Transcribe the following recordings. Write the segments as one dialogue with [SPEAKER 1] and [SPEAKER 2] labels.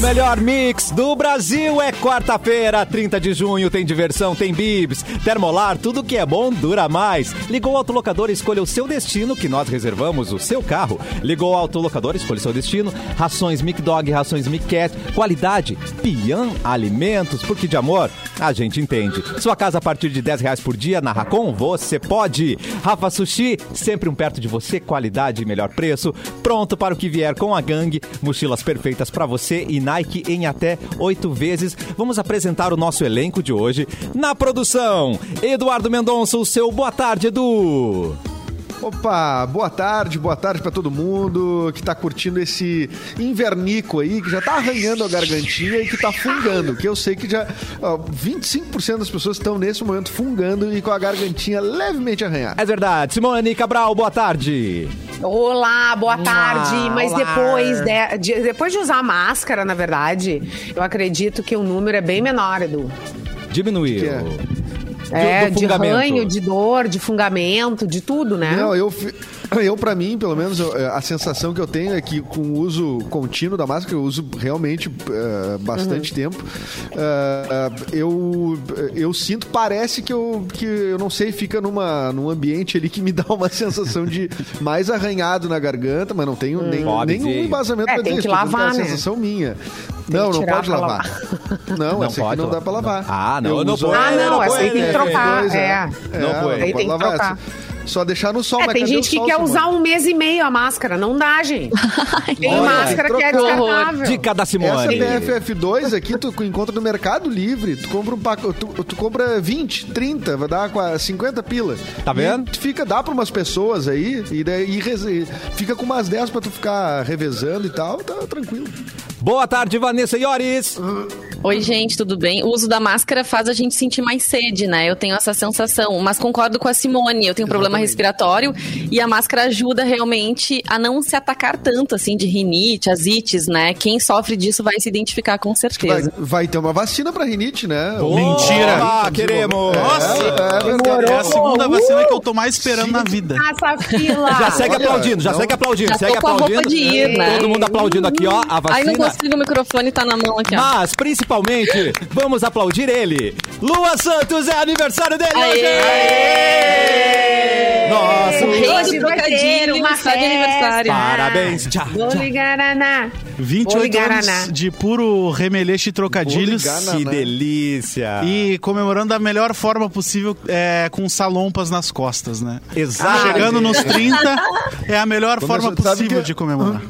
[SPEAKER 1] melhor mix do Brasil é quarta-feira, 30 de junho. Tem diversão, tem bibs, termolar, tudo que é bom dura mais. Ligou o autolocador, escolha o seu destino, que nós reservamos o seu carro. Ligou o autolocador, escolha o seu destino. Rações Mic Dog, rações Mic Cat, qualidade, Pian Alimentos, porque de amor a gente entende. Sua casa a partir de 10 reais por dia na Racon, você pode. Rafa Sushi, sempre um perto de você, qualidade e melhor preço. Pronto para o que vier com a gangue. Mochilas perfeitas para você e Nike em até oito vezes. Vamos apresentar o nosso elenco de hoje na produção. Eduardo Mendonça, o seu boa tarde, Edu.
[SPEAKER 2] Opa, boa tarde, boa tarde pra todo mundo que tá curtindo esse invernico aí, que já tá arranhando a gargantinha e que tá fungando, que eu sei que já ó, 25% das pessoas estão nesse momento fungando e com a gargantinha levemente arranhada.
[SPEAKER 1] É verdade. Simone Cabral, boa tarde.
[SPEAKER 3] Olá, boa tarde. Mas
[SPEAKER 1] olá.
[SPEAKER 3] depois de, de- depois de usar máscara, na verdade, eu acredito que o número é bem menor, Edu.
[SPEAKER 1] Diminuiu.
[SPEAKER 2] Que é?
[SPEAKER 1] Do-
[SPEAKER 3] É,
[SPEAKER 1] do
[SPEAKER 3] de
[SPEAKER 1] fungamento.
[SPEAKER 3] ranho, de dor, de fungamento, de tudo, né?
[SPEAKER 2] Não, eu, fi- eu para mim, pelo menos, eu- é, a sensação que eu tenho é que com o uso contínuo da máscara, eu uso realmente eh, bastante
[SPEAKER 3] Uhum.
[SPEAKER 2] tempo, eh, eu, eu sinto, parece que eu, que eu não sei, fica numa, num ambiente ali que me dá uma sensação de mais arranhado na garganta, mas não tenho nem,
[SPEAKER 1] Pobrezinho.
[SPEAKER 2] nenhum embasamento
[SPEAKER 3] Hum. É,
[SPEAKER 2] pra
[SPEAKER 3] tem
[SPEAKER 2] dizer isso,
[SPEAKER 3] que
[SPEAKER 2] tô dizendo
[SPEAKER 3] lavar,
[SPEAKER 2] que é
[SPEAKER 3] né?
[SPEAKER 2] a sensação minha. não,
[SPEAKER 3] que
[SPEAKER 2] não
[SPEAKER 3] tirar
[SPEAKER 2] pode
[SPEAKER 3] pra
[SPEAKER 2] lavar.
[SPEAKER 3] lavar.
[SPEAKER 2] Não,
[SPEAKER 1] Não
[SPEAKER 2] essa aqui
[SPEAKER 1] pode
[SPEAKER 2] não dá
[SPEAKER 1] lavar.
[SPEAKER 2] pra lavar.
[SPEAKER 1] Ah, não, não
[SPEAKER 2] uso
[SPEAKER 1] pode.
[SPEAKER 3] Ah, não,
[SPEAKER 2] F2,
[SPEAKER 3] essa aí tem que
[SPEAKER 2] F2,
[SPEAKER 3] trocar, é.
[SPEAKER 1] Não pode.
[SPEAKER 3] Aí tem que
[SPEAKER 2] lavar
[SPEAKER 3] trocar.
[SPEAKER 2] essa. Só deixar no sol,
[SPEAKER 3] É,
[SPEAKER 2] mas
[SPEAKER 3] tem
[SPEAKER 2] cadê
[SPEAKER 3] gente
[SPEAKER 2] o
[SPEAKER 3] que
[SPEAKER 2] sol,
[SPEAKER 3] quer
[SPEAKER 2] Simone?
[SPEAKER 3] usar um mês e meio a máscara. Não dá, gente. Tem
[SPEAKER 1] Olha,
[SPEAKER 3] máscara que é
[SPEAKER 2] trocou.
[SPEAKER 3] descartável.
[SPEAKER 1] Dica da
[SPEAKER 2] Essa
[SPEAKER 1] Simone.
[SPEAKER 2] TFF2 aqui, tu encontra no Mercado Livre, tu compra um paco, tu, tu compra 20, 30, vai dar qua- 50 pila.
[SPEAKER 1] Tá vendo?
[SPEAKER 2] E tu fica, dá pra umas pessoas aí, e daí e reze- e fica com umas 10 pra tu ficar revezando e tal, tá tranquilo.
[SPEAKER 1] Boa tarde, Vanessa Iores.
[SPEAKER 4] Oi, gente, tudo bem? O uso da máscara faz a gente sentir mais sede, né? Eu tenho essa sensação, mas concordo com a Simone. Eu tenho um problema respiratório e a máscara ajuda realmente a não se atacar tanto, assim, de rinite, asites, né? Quem sofre disso vai se identificar com
[SPEAKER 2] Vai,
[SPEAKER 4] certeza.
[SPEAKER 2] vai ter uma vacina pra rinite, né?
[SPEAKER 5] Mentira.
[SPEAKER 1] Opa,
[SPEAKER 2] É.
[SPEAKER 1] queremos. É,
[SPEAKER 5] Nossa,
[SPEAKER 2] demorou.
[SPEAKER 5] é a
[SPEAKER 3] uh!
[SPEAKER 5] segunda vacina que eu tô mais esperando na vida.
[SPEAKER 3] Passa fila.
[SPEAKER 1] Já segue
[SPEAKER 2] olha,
[SPEAKER 1] aplaudindo, já
[SPEAKER 2] não-
[SPEAKER 1] segue aplaudindo,
[SPEAKER 4] Já tô
[SPEAKER 1] segue
[SPEAKER 4] com a roupa
[SPEAKER 1] aplaudindo.
[SPEAKER 4] de ir, né?
[SPEAKER 1] Todo mundo aplaudindo aqui, ó, a
[SPEAKER 4] Aí não
[SPEAKER 1] vacina. Ah,
[SPEAKER 4] consigo, o microfone tá na mão aqui, ó.
[SPEAKER 1] Mas, principalmente, vamos aplaudir ele. Lua Santos é aniversário dele
[SPEAKER 4] Aê!
[SPEAKER 1] hoje! Nossa,
[SPEAKER 4] O
[SPEAKER 3] Aê!
[SPEAKER 1] Lua.
[SPEAKER 4] rei
[SPEAKER 3] Hoje
[SPEAKER 4] do
[SPEAKER 3] vai ter
[SPEAKER 4] trocadilho
[SPEAKER 3] uma
[SPEAKER 4] está de
[SPEAKER 3] festa.
[SPEAKER 4] aniversário.
[SPEAKER 1] Parabéns, tchau.
[SPEAKER 3] Vou ligar, Ana. Vou
[SPEAKER 5] 28
[SPEAKER 3] ligar,
[SPEAKER 5] anos
[SPEAKER 3] Ana.
[SPEAKER 5] de puro remeleche e trocadilhos.
[SPEAKER 2] Vou ligar,
[SPEAKER 1] Que
[SPEAKER 2] né?
[SPEAKER 1] delícia.
[SPEAKER 5] E comemorando da melhor forma possível, é, com salompas nas costas, né?
[SPEAKER 1] Exato.
[SPEAKER 5] Chegando nos 30, é a melhor
[SPEAKER 2] Quando
[SPEAKER 5] forma
[SPEAKER 2] você sabe
[SPEAKER 5] possível
[SPEAKER 2] que-
[SPEAKER 5] de comemorar.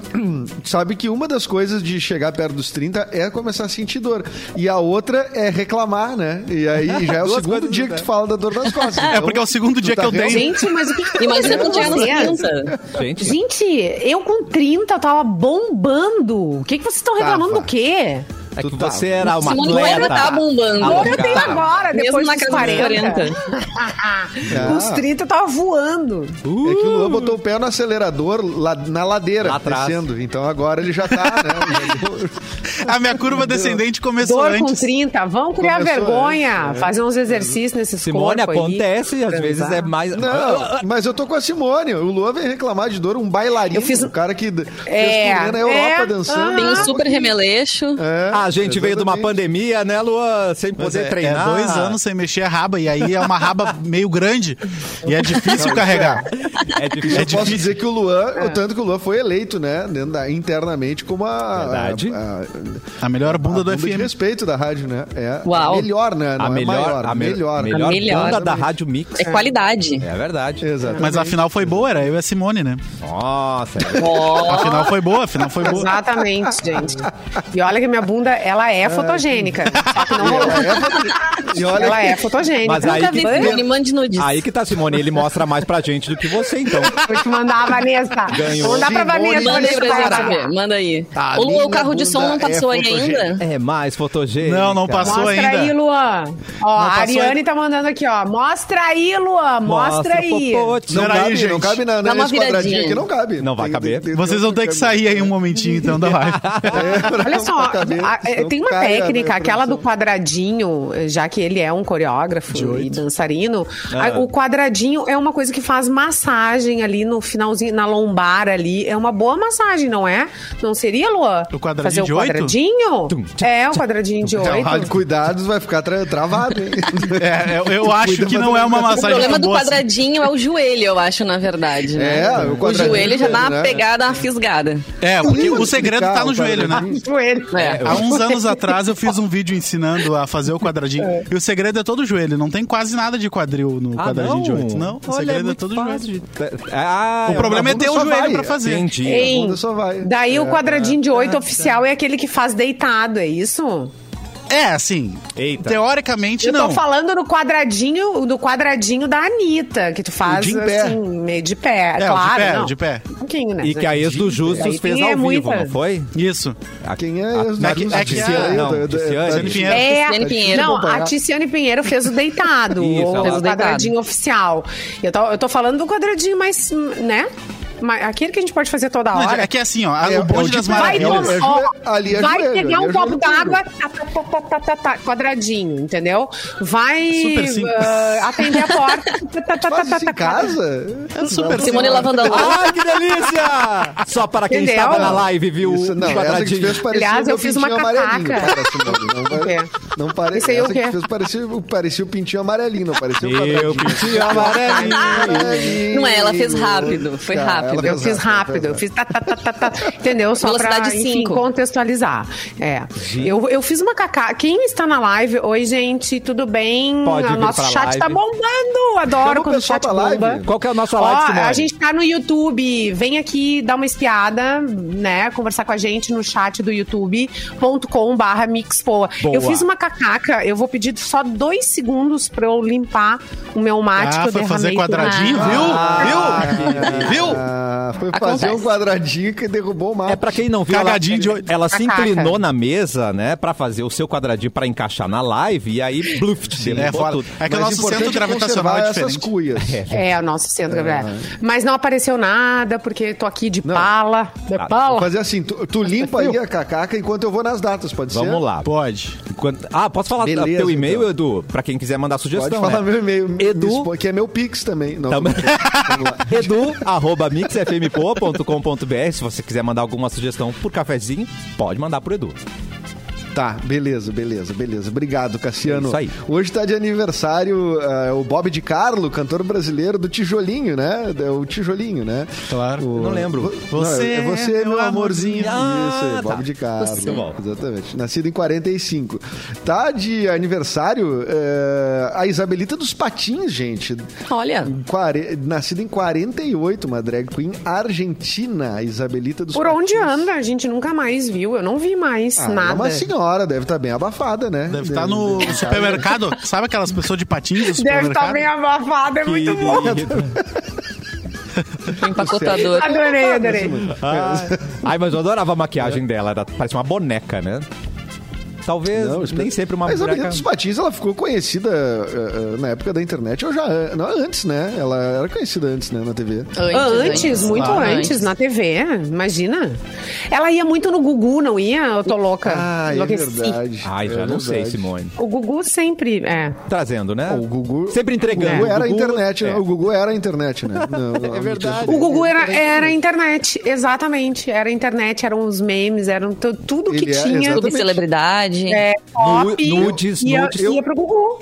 [SPEAKER 2] Sabe que uma das coisas de chegar perto dos 30 é começar a sentir dor. E a outra é reclamar, né? E aí já é o
[SPEAKER 1] Duas
[SPEAKER 2] segundo
[SPEAKER 1] coisas,
[SPEAKER 2] dia
[SPEAKER 1] né?
[SPEAKER 2] que tu fala da dor nas costas. tá
[SPEAKER 5] É, porque é o segundo dia que eu tenho.
[SPEAKER 3] Gente, mas o que, que tá
[SPEAKER 4] Imagina
[SPEAKER 3] acontecendo
[SPEAKER 4] quando chegar
[SPEAKER 3] com
[SPEAKER 4] nos
[SPEAKER 3] vocês?
[SPEAKER 4] 30.
[SPEAKER 1] Gente,
[SPEAKER 3] Gente, eu com 30 eu tava bombando. O que, que vocês estão reclamando
[SPEAKER 2] Tava.
[SPEAKER 3] do quê?
[SPEAKER 1] é que
[SPEAKER 2] Tu tá-
[SPEAKER 1] você era uma
[SPEAKER 4] Simone
[SPEAKER 1] atleta.
[SPEAKER 4] Moura tá bombando.
[SPEAKER 1] Ah,
[SPEAKER 3] Agora eu tenho
[SPEAKER 1] cara.
[SPEAKER 3] agora,
[SPEAKER 4] Mesmo
[SPEAKER 3] É, depois
[SPEAKER 4] na
[SPEAKER 3] dos
[SPEAKER 4] casa dos
[SPEAKER 3] 40.
[SPEAKER 2] 40.
[SPEAKER 3] Com os 30 eu tava voando.
[SPEAKER 2] É que o
[SPEAKER 5] Uh!
[SPEAKER 2] Luan botou o pé no acelerador lá- na ladeira,
[SPEAKER 1] Lá atrás.
[SPEAKER 2] descendo. Então agora ele já tá, né? Já deu-
[SPEAKER 5] A minha curva descendente começou
[SPEAKER 3] Dor com
[SPEAKER 5] antes.
[SPEAKER 3] 30. Vão criar
[SPEAKER 2] Começou
[SPEAKER 3] vergonha.
[SPEAKER 2] antes, é.
[SPEAKER 3] Fazer uns exercícios nesses
[SPEAKER 1] Simone,
[SPEAKER 3] corpo aí.
[SPEAKER 1] acontece, às vezes é mais...
[SPEAKER 2] Não, mas eu tô com a Simone. O Luan vem reclamar de dor, um bailarino.
[SPEAKER 3] Eu fiz-
[SPEAKER 2] O cara que d-
[SPEAKER 3] É,
[SPEAKER 2] fez turnê na Europa
[SPEAKER 3] é,
[SPEAKER 2] dançando.
[SPEAKER 4] Tem um super remeleixo.
[SPEAKER 2] É,
[SPEAKER 1] Ah, A gente veio de uma
[SPEAKER 2] exatamente.
[SPEAKER 1] pandemia, né, Luan? Sem
[SPEAKER 5] Mas
[SPEAKER 1] poder
[SPEAKER 5] é-
[SPEAKER 1] treinar.
[SPEAKER 5] É dois anos sem mexer a raba, e aí é uma raba meio grande, e é difícil carregar.
[SPEAKER 1] É difícil.
[SPEAKER 2] Eu
[SPEAKER 5] É
[SPEAKER 2] posso
[SPEAKER 5] difícil.
[SPEAKER 2] dizer que o Luan,
[SPEAKER 3] É.
[SPEAKER 2] o tanto que o Luan foi eleito, né, dentro da- internamente como a,
[SPEAKER 1] Verdade.
[SPEAKER 2] a, a- a
[SPEAKER 5] A melhor bunda do
[SPEAKER 2] Ah, bunda de
[SPEAKER 5] FM.
[SPEAKER 2] respeito da rádio, né? É
[SPEAKER 4] Uau.
[SPEAKER 2] a melhor, né? Não
[SPEAKER 1] a
[SPEAKER 2] é
[SPEAKER 1] melhor,
[SPEAKER 2] maior,
[SPEAKER 1] a me-
[SPEAKER 2] melhor.
[SPEAKER 1] melhor,
[SPEAKER 4] Melhor.
[SPEAKER 1] banda da Rádio Mix.
[SPEAKER 4] É qualidade.
[SPEAKER 1] É verdade.
[SPEAKER 2] Exato.
[SPEAKER 5] Mas a final foi boa, era eu e a Simone, né?
[SPEAKER 1] Nossa. é-
[SPEAKER 5] A final foi boa, a final foi boa.
[SPEAKER 3] Exatamente, gente. E olha que minha bunda, ela é fotogênica. Só que não rolou.
[SPEAKER 2] é E olha
[SPEAKER 3] Ela
[SPEAKER 2] que-
[SPEAKER 3] é fotogênica.
[SPEAKER 1] Mas aí
[SPEAKER 4] Nunca
[SPEAKER 1] que-
[SPEAKER 4] vi Simone,
[SPEAKER 3] né?
[SPEAKER 4] mande nudes.
[SPEAKER 1] Aí que tá, Simone. Ele mostra mais pra gente do que você, então.
[SPEAKER 3] Vou te mandar a Vanessa.
[SPEAKER 1] Ganhou.
[SPEAKER 3] Vou mandar pra
[SPEAKER 2] Simone
[SPEAKER 3] Vanessa.
[SPEAKER 4] Manda aí
[SPEAKER 3] Vanessa
[SPEAKER 4] pra
[SPEAKER 3] vai
[SPEAKER 4] gente
[SPEAKER 3] lá.
[SPEAKER 4] ver, manda aí.
[SPEAKER 2] A
[SPEAKER 4] Ô, Lu,
[SPEAKER 2] minha
[SPEAKER 4] o carro de som não
[SPEAKER 2] bunda é
[SPEAKER 4] passou aí
[SPEAKER 2] fotogênica.
[SPEAKER 4] ainda?
[SPEAKER 1] É mais fotogênica.
[SPEAKER 5] Não, não passou
[SPEAKER 3] Mostra
[SPEAKER 5] ainda.
[SPEAKER 3] aí, Luan. Ó, a
[SPEAKER 5] passou
[SPEAKER 3] Ariane
[SPEAKER 5] ainda.
[SPEAKER 3] tá mandando aqui, ó. Mostra aí, Luan. Mostra, aí.
[SPEAKER 1] o popote.
[SPEAKER 2] Não
[SPEAKER 5] Pera aí,
[SPEAKER 2] cabe, não
[SPEAKER 5] gente.
[SPEAKER 2] cabe na,
[SPEAKER 4] Dá uma
[SPEAKER 2] nesse quadradinho
[SPEAKER 4] viradinha.
[SPEAKER 2] aqui, não cabe.
[SPEAKER 1] Não vai caber.
[SPEAKER 5] Vocês vão ter que sair aí um momentinho, então, da live.
[SPEAKER 2] É, pra-
[SPEAKER 3] Olha só,
[SPEAKER 2] pra caber.
[SPEAKER 3] a- é,
[SPEAKER 2] Então,
[SPEAKER 3] tem uma
[SPEAKER 2] cara,
[SPEAKER 3] técnica,
[SPEAKER 2] né,
[SPEAKER 3] aquela do
[SPEAKER 2] produção.
[SPEAKER 3] quadradinho, já que ele é um coreógrafo e dançarino. a- O quadradinho é uma coisa que faz massagem ali no finalzinho, na lombar ali. É uma boa massagem, não é? Não seria, Luan?
[SPEAKER 5] O
[SPEAKER 3] Fazer
[SPEAKER 5] quadradinho de
[SPEAKER 3] o
[SPEAKER 5] oito?
[SPEAKER 3] quadradinho?
[SPEAKER 1] Tum, tchá,
[SPEAKER 3] É, o quadradinho de
[SPEAKER 2] Então, rádio
[SPEAKER 3] oito.
[SPEAKER 2] cuidados vai ficar tra- travado, hein?
[SPEAKER 5] É, eu, eu acho
[SPEAKER 2] Cuida,
[SPEAKER 5] que
[SPEAKER 2] mas
[SPEAKER 5] não é uma
[SPEAKER 4] O
[SPEAKER 5] massagem
[SPEAKER 4] problema
[SPEAKER 5] tão
[SPEAKER 4] do
[SPEAKER 5] boa assim.
[SPEAKER 4] quadradinho é o joelho, eu acho, na verdade. né?
[SPEAKER 2] É, o
[SPEAKER 4] o
[SPEAKER 2] quadradinho
[SPEAKER 4] joelho já dá uma
[SPEAKER 2] mesmo, né?
[SPEAKER 4] pegada, uma fisgada.
[SPEAKER 5] É, porque o
[SPEAKER 2] Explicar
[SPEAKER 5] segredo tá no
[SPEAKER 2] o
[SPEAKER 5] joelho, né?
[SPEAKER 2] quadradinho.
[SPEAKER 3] Joelho.
[SPEAKER 4] É.
[SPEAKER 5] Há uns anos atrás eu fiz um vídeo ensinando a fazer o quadradinho. E o segredo é todo o joelho. Não tem quase nada de quadril no quadradinho de oito. Não, o
[SPEAKER 1] Ah, Olha, é
[SPEAKER 5] segredo é,
[SPEAKER 1] muito
[SPEAKER 5] todo o joelho.
[SPEAKER 1] fácil. de- Ah,
[SPEAKER 5] O problema é
[SPEAKER 2] bunda
[SPEAKER 5] ter o
[SPEAKER 2] só
[SPEAKER 5] joelho
[SPEAKER 2] vai,
[SPEAKER 5] pra fazer.
[SPEAKER 1] Entendi.
[SPEAKER 3] Hein?
[SPEAKER 2] Bunda só vai.
[SPEAKER 3] Daí o quadradinho de
[SPEAKER 2] Tá,
[SPEAKER 3] oito oficial é aquele que faz deitado, é isso?
[SPEAKER 5] É, assim.
[SPEAKER 1] Eita.
[SPEAKER 5] Teoricamente,
[SPEAKER 3] Eu
[SPEAKER 5] não.
[SPEAKER 3] tô falando no quadradinho, do quadradinho da Anitta, que tu faz
[SPEAKER 2] O de em pé.
[SPEAKER 3] assim, meio de pé,
[SPEAKER 5] É, o
[SPEAKER 3] claro.
[SPEAKER 5] de pé,
[SPEAKER 3] não.
[SPEAKER 5] o de pé.
[SPEAKER 3] Um pouquinho, né?
[SPEAKER 1] E que a ex do Justus
[SPEAKER 3] Aí
[SPEAKER 1] fez
[SPEAKER 3] tem
[SPEAKER 1] ao
[SPEAKER 3] é
[SPEAKER 1] vivo,
[SPEAKER 3] muita-
[SPEAKER 1] não foi?
[SPEAKER 5] Isso.
[SPEAKER 1] A-
[SPEAKER 2] Quem é?
[SPEAKER 1] a-
[SPEAKER 2] Os
[SPEAKER 1] a-
[SPEAKER 5] que-
[SPEAKER 1] a
[SPEAKER 5] é que a-
[SPEAKER 1] Ticiane,
[SPEAKER 2] não,
[SPEAKER 1] não,
[SPEAKER 2] Ticiane.
[SPEAKER 1] Ticiane Pinheiro.
[SPEAKER 5] Pinheiro.
[SPEAKER 3] É,
[SPEAKER 4] Tiziane Pinheiro.
[SPEAKER 3] não,
[SPEAKER 2] Comparar.
[SPEAKER 3] a Tiziane Pinheiro fez o deitado,
[SPEAKER 1] Isso,
[SPEAKER 3] ou
[SPEAKER 1] ela
[SPEAKER 3] fez
[SPEAKER 1] fez
[SPEAKER 3] o
[SPEAKER 1] o
[SPEAKER 3] quadradinho oficial. Eu tô, eu tô falando do quadradinho mais, né? Mas Aquele que a gente pode fazer toda
[SPEAKER 5] Não,
[SPEAKER 3] hora.
[SPEAKER 5] é que é assim, ó. a-
[SPEAKER 2] É,
[SPEAKER 5] o
[SPEAKER 2] é o
[SPEAKER 5] bonde
[SPEAKER 2] de
[SPEAKER 5] das
[SPEAKER 2] pé.
[SPEAKER 3] Ah, Vai,
[SPEAKER 2] Maravilha.
[SPEAKER 5] maravilhas.
[SPEAKER 2] É
[SPEAKER 3] tomar- ó,
[SPEAKER 2] joelho- ali é
[SPEAKER 3] vai
[SPEAKER 2] joelho,
[SPEAKER 3] pegar
[SPEAKER 2] ali é
[SPEAKER 3] um copo
[SPEAKER 2] joelho puro.
[SPEAKER 3] d'água, tá, tá, tá, tá, tá, tá, quadradinho, entendeu? Vai
[SPEAKER 5] Super simples.
[SPEAKER 3] ah, atender a porta. tá, tá, tá,
[SPEAKER 2] Faz
[SPEAKER 3] tá,
[SPEAKER 2] isso
[SPEAKER 3] tá,
[SPEAKER 2] em casa?
[SPEAKER 5] É super
[SPEAKER 4] Simone lavando a louça.
[SPEAKER 1] Ai, que delícia! Só para quem
[SPEAKER 3] Entendeu?
[SPEAKER 1] estava na live, viu?
[SPEAKER 2] Isso,
[SPEAKER 1] o
[SPEAKER 2] não, essa que tu
[SPEAKER 1] quadradinho.
[SPEAKER 2] fez parecia o
[SPEAKER 3] Aliás,
[SPEAKER 2] meu
[SPEAKER 3] eu fiz uma
[SPEAKER 2] pintinho amarelinho,
[SPEAKER 3] catraca.
[SPEAKER 2] cara, Simone. Não,
[SPEAKER 3] O quê?
[SPEAKER 2] vai- não parece.
[SPEAKER 3] Esse aí é o
[SPEAKER 2] essa que
[SPEAKER 3] quê?
[SPEAKER 2] tu fez parecia, parecia o pintinho amarelinho, não parecia o
[SPEAKER 1] Eu,
[SPEAKER 2] quadradinho.
[SPEAKER 1] pintinho amarelinho.
[SPEAKER 4] Não é, ela fez rápido, foi
[SPEAKER 2] Tá,
[SPEAKER 4] rápido.
[SPEAKER 2] ela
[SPEAKER 3] Eu fiz rápido, eu fiz tá, tá, tá, tá, tá, entendeu? Só pra,
[SPEAKER 4] Velocidade
[SPEAKER 3] enfim,
[SPEAKER 4] cinco.
[SPEAKER 3] contextualizar. É. Eu, eu fiz uma cacá. Quem está na live? Oi, gente, tudo bem?
[SPEAKER 1] Pode
[SPEAKER 3] o
[SPEAKER 1] vir
[SPEAKER 3] nosso
[SPEAKER 1] pra
[SPEAKER 3] chat
[SPEAKER 1] live.
[SPEAKER 3] tá bombando. Adoro
[SPEAKER 2] Chama o
[SPEAKER 3] quando o
[SPEAKER 2] pessoal
[SPEAKER 3] chat
[SPEAKER 2] pra live.
[SPEAKER 3] bomba.
[SPEAKER 1] Qual que é a nossa
[SPEAKER 3] Ó,
[SPEAKER 1] live, Simone?
[SPEAKER 3] a gente tá no YouTube. Vem aqui dar uma espiada, né? Conversar com a gente no chat do youtube.com barra mixpoa.
[SPEAKER 1] Boa.
[SPEAKER 3] Eu fiz uma cacaca, eu vou pedir só dois segundos pra eu limpar o meu mate
[SPEAKER 5] Ah,
[SPEAKER 3] que eu
[SPEAKER 5] foi
[SPEAKER 3] derramei.
[SPEAKER 5] fazer
[SPEAKER 3] com-
[SPEAKER 5] quadradinho, viu? viu? Viu?
[SPEAKER 2] Ah, foi fazer um quadradinho que derrubou o mapa.
[SPEAKER 1] É pra quem não viu, ela, é
[SPEAKER 5] Cagadinho de oito.
[SPEAKER 1] ela se
[SPEAKER 3] Cacaca.
[SPEAKER 1] inclinou na mesa, né, Pra fazer o seu quadradinho pra encaixar na live e aí bluff,
[SPEAKER 5] É,
[SPEAKER 1] derrubou
[SPEAKER 5] fora.
[SPEAKER 1] tudo.
[SPEAKER 5] é que o
[SPEAKER 2] Mas
[SPEAKER 5] nosso
[SPEAKER 2] importante
[SPEAKER 5] centro
[SPEAKER 2] é
[SPEAKER 5] gravitacional é
[SPEAKER 2] conservar essas
[SPEAKER 5] diferente.
[SPEAKER 2] cuias.
[SPEAKER 3] É, o nosso centro, Gabriel. Mas não apareceu nada, porque tô aqui de pala. De
[SPEAKER 2] Vou
[SPEAKER 3] pala.
[SPEAKER 2] Fazer assim, tu, tu limpa aí a cacaca enquanto eu vou nas datas, pode ser?
[SPEAKER 1] Vamos lá.
[SPEAKER 5] Pode.
[SPEAKER 1] Enquanto- Ah, posso falar
[SPEAKER 2] Beleza,
[SPEAKER 1] teu e-mail,
[SPEAKER 2] então.
[SPEAKER 1] Edu? Pra quem quiser mandar sugestão,
[SPEAKER 2] Pode falar
[SPEAKER 1] né?
[SPEAKER 2] meu e-mail.
[SPEAKER 1] Edu- Tá
[SPEAKER 2] me expõe, Que é meu Pix também. Não,
[SPEAKER 1] Também.
[SPEAKER 2] Vamos lá.
[SPEAKER 1] Edu, arroba mixfmpoa.com.br. Se você quiser mandar alguma sugestão por cafezinho, pode mandar pro Edu.
[SPEAKER 2] Tá, beleza, beleza, beleza. Obrigado,
[SPEAKER 1] É
[SPEAKER 2] Cassiano.
[SPEAKER 1] isso aí.
[SPEAKER 2] Hoje tá de aniversário ah, o Bob de Carlo, cantor brasileiro do Tijolinho, né? É O Tijolinho, né?
[SPEAKER 5] Claro.
[SPEAKER 2] O-
[SPEAKER 1] Eu não lembro.
[SPEAKER 5] Você
[SPEAKER 2] é você,
[SPEAKER 5] é
[SPEAKER 2] meu
[SPEAKER 5] meu
[SPEAKER 2] amorzinho.
[SPEAKER 5] amorzinho.
[SPEAKER 1] Ah,
[SPEAKER 2] Isso, é Bob
[SPEAKER 1] tá.
[SPEAKER 2] de Carlo.
[SPEAKER 1] Você. Bom.
[SPEAKER 2] Exatamente. Nascido em 45. Tá de aniversário eh, a Isabelita dos Patins, gente.
[SPEAKER 5] Ah,
[SPEAKER 4] Olha,
[SPEAKER 2] Quare... Nascida em 48, uma drag queen argentina, Isabelita dos
[SPEAKER 3] Por
[SPEAKER 2] Patins.
[SPEAKER 3] onde anda? A gente nunca mais viu. Eu não vi mais
[SPEAKER 2] Ah, É
[SPEAKER 3] nada.
[SPEAKER 2] uma senhora, deve estar bem abafada, né?
[SPEAKER 5] Deve
[SPEAKER 1] tá
[SPEAKER 5] estar no supermercado. Sabe aquelas pessoas de patins do
[SPEAKER 3] Deve estar
[SPEAKER 5] supermercado?
[SPEAKER 3] bem abafada, é muito bom.
[SPEAKER 4] um empacotador.
[SPEAKER 3] Adorei,
[SPEAKER 2] assim,
[SPEAKER 3] adorei.
[SPEAKER 2] Ah.
[SPEAKER 1] Ai, mas eu adorava a maquiagem dela. Era, parece uma boneca, né? Talvez
[SPEAKER 2] Não,
[SPEAKER 1] nem sempre uma
[SPEAKER 2] A Isabelita
[SPEAKER 1] boneca.
[SPEAKER 2] dos Patins, ela ficou conhecida eh, eh, na época da internet, ou já an- não, antes, né? Ela era conhecida antes, né, na TV.
[SPEAKER 3] Antes, muito
[SPEAKER 4] claro.
[SPEAKER 3] antes, na TV, imagina. Ela ia muito no Gugu, não ia? Eu tô louca.
[SPEAKER 2] Ah, é
[SPEAKER 3] Enlouqueci.
[SPEAKER 2] verdade.
[SPEAKER 1] Ai,
[SPEAKER 2] é
[SPEAKER 1] já não sei,
[SPEAKER 2] verdade. Ah,
[SPEAKER 1] Simone.
[SPEAKER 3] O Gugu sempre. É.
[SPEAKER 1] Trazendo, né?
[SPEAKER 2] O Gugu...
[SPEAKER 1] Sempre entregando.
[SPEAKER 2] O Gugu era a
[SPEAKER 1] Gugu-
[SPEAKER 2] internet, né?
[SPEAKER 1] é.
[SPEAKER 2] O Gugu era a internet, né? Não, não,
[SPEAKER 1] verdade.
[SPEAKER 3] O
[SPEAKER 2] é
[SPEAKER 3] Gugu era, era a internet, exatamente. Era a internet, eram os memes, eram tu- tudo que
[SPEAKER 2] Ele é,
[SPEAKER 3] tinha.
[SPEAKER 2] exatamente.
[SPEAKER 4] Clube celebridade.
[SPEAKER 3] É, pop,
[SPEAKER 1] nudes,
[SPEAKER 3] ia,
[SPEAKER 1] nudes.
[SPEAKER 3] ia pro Gugu.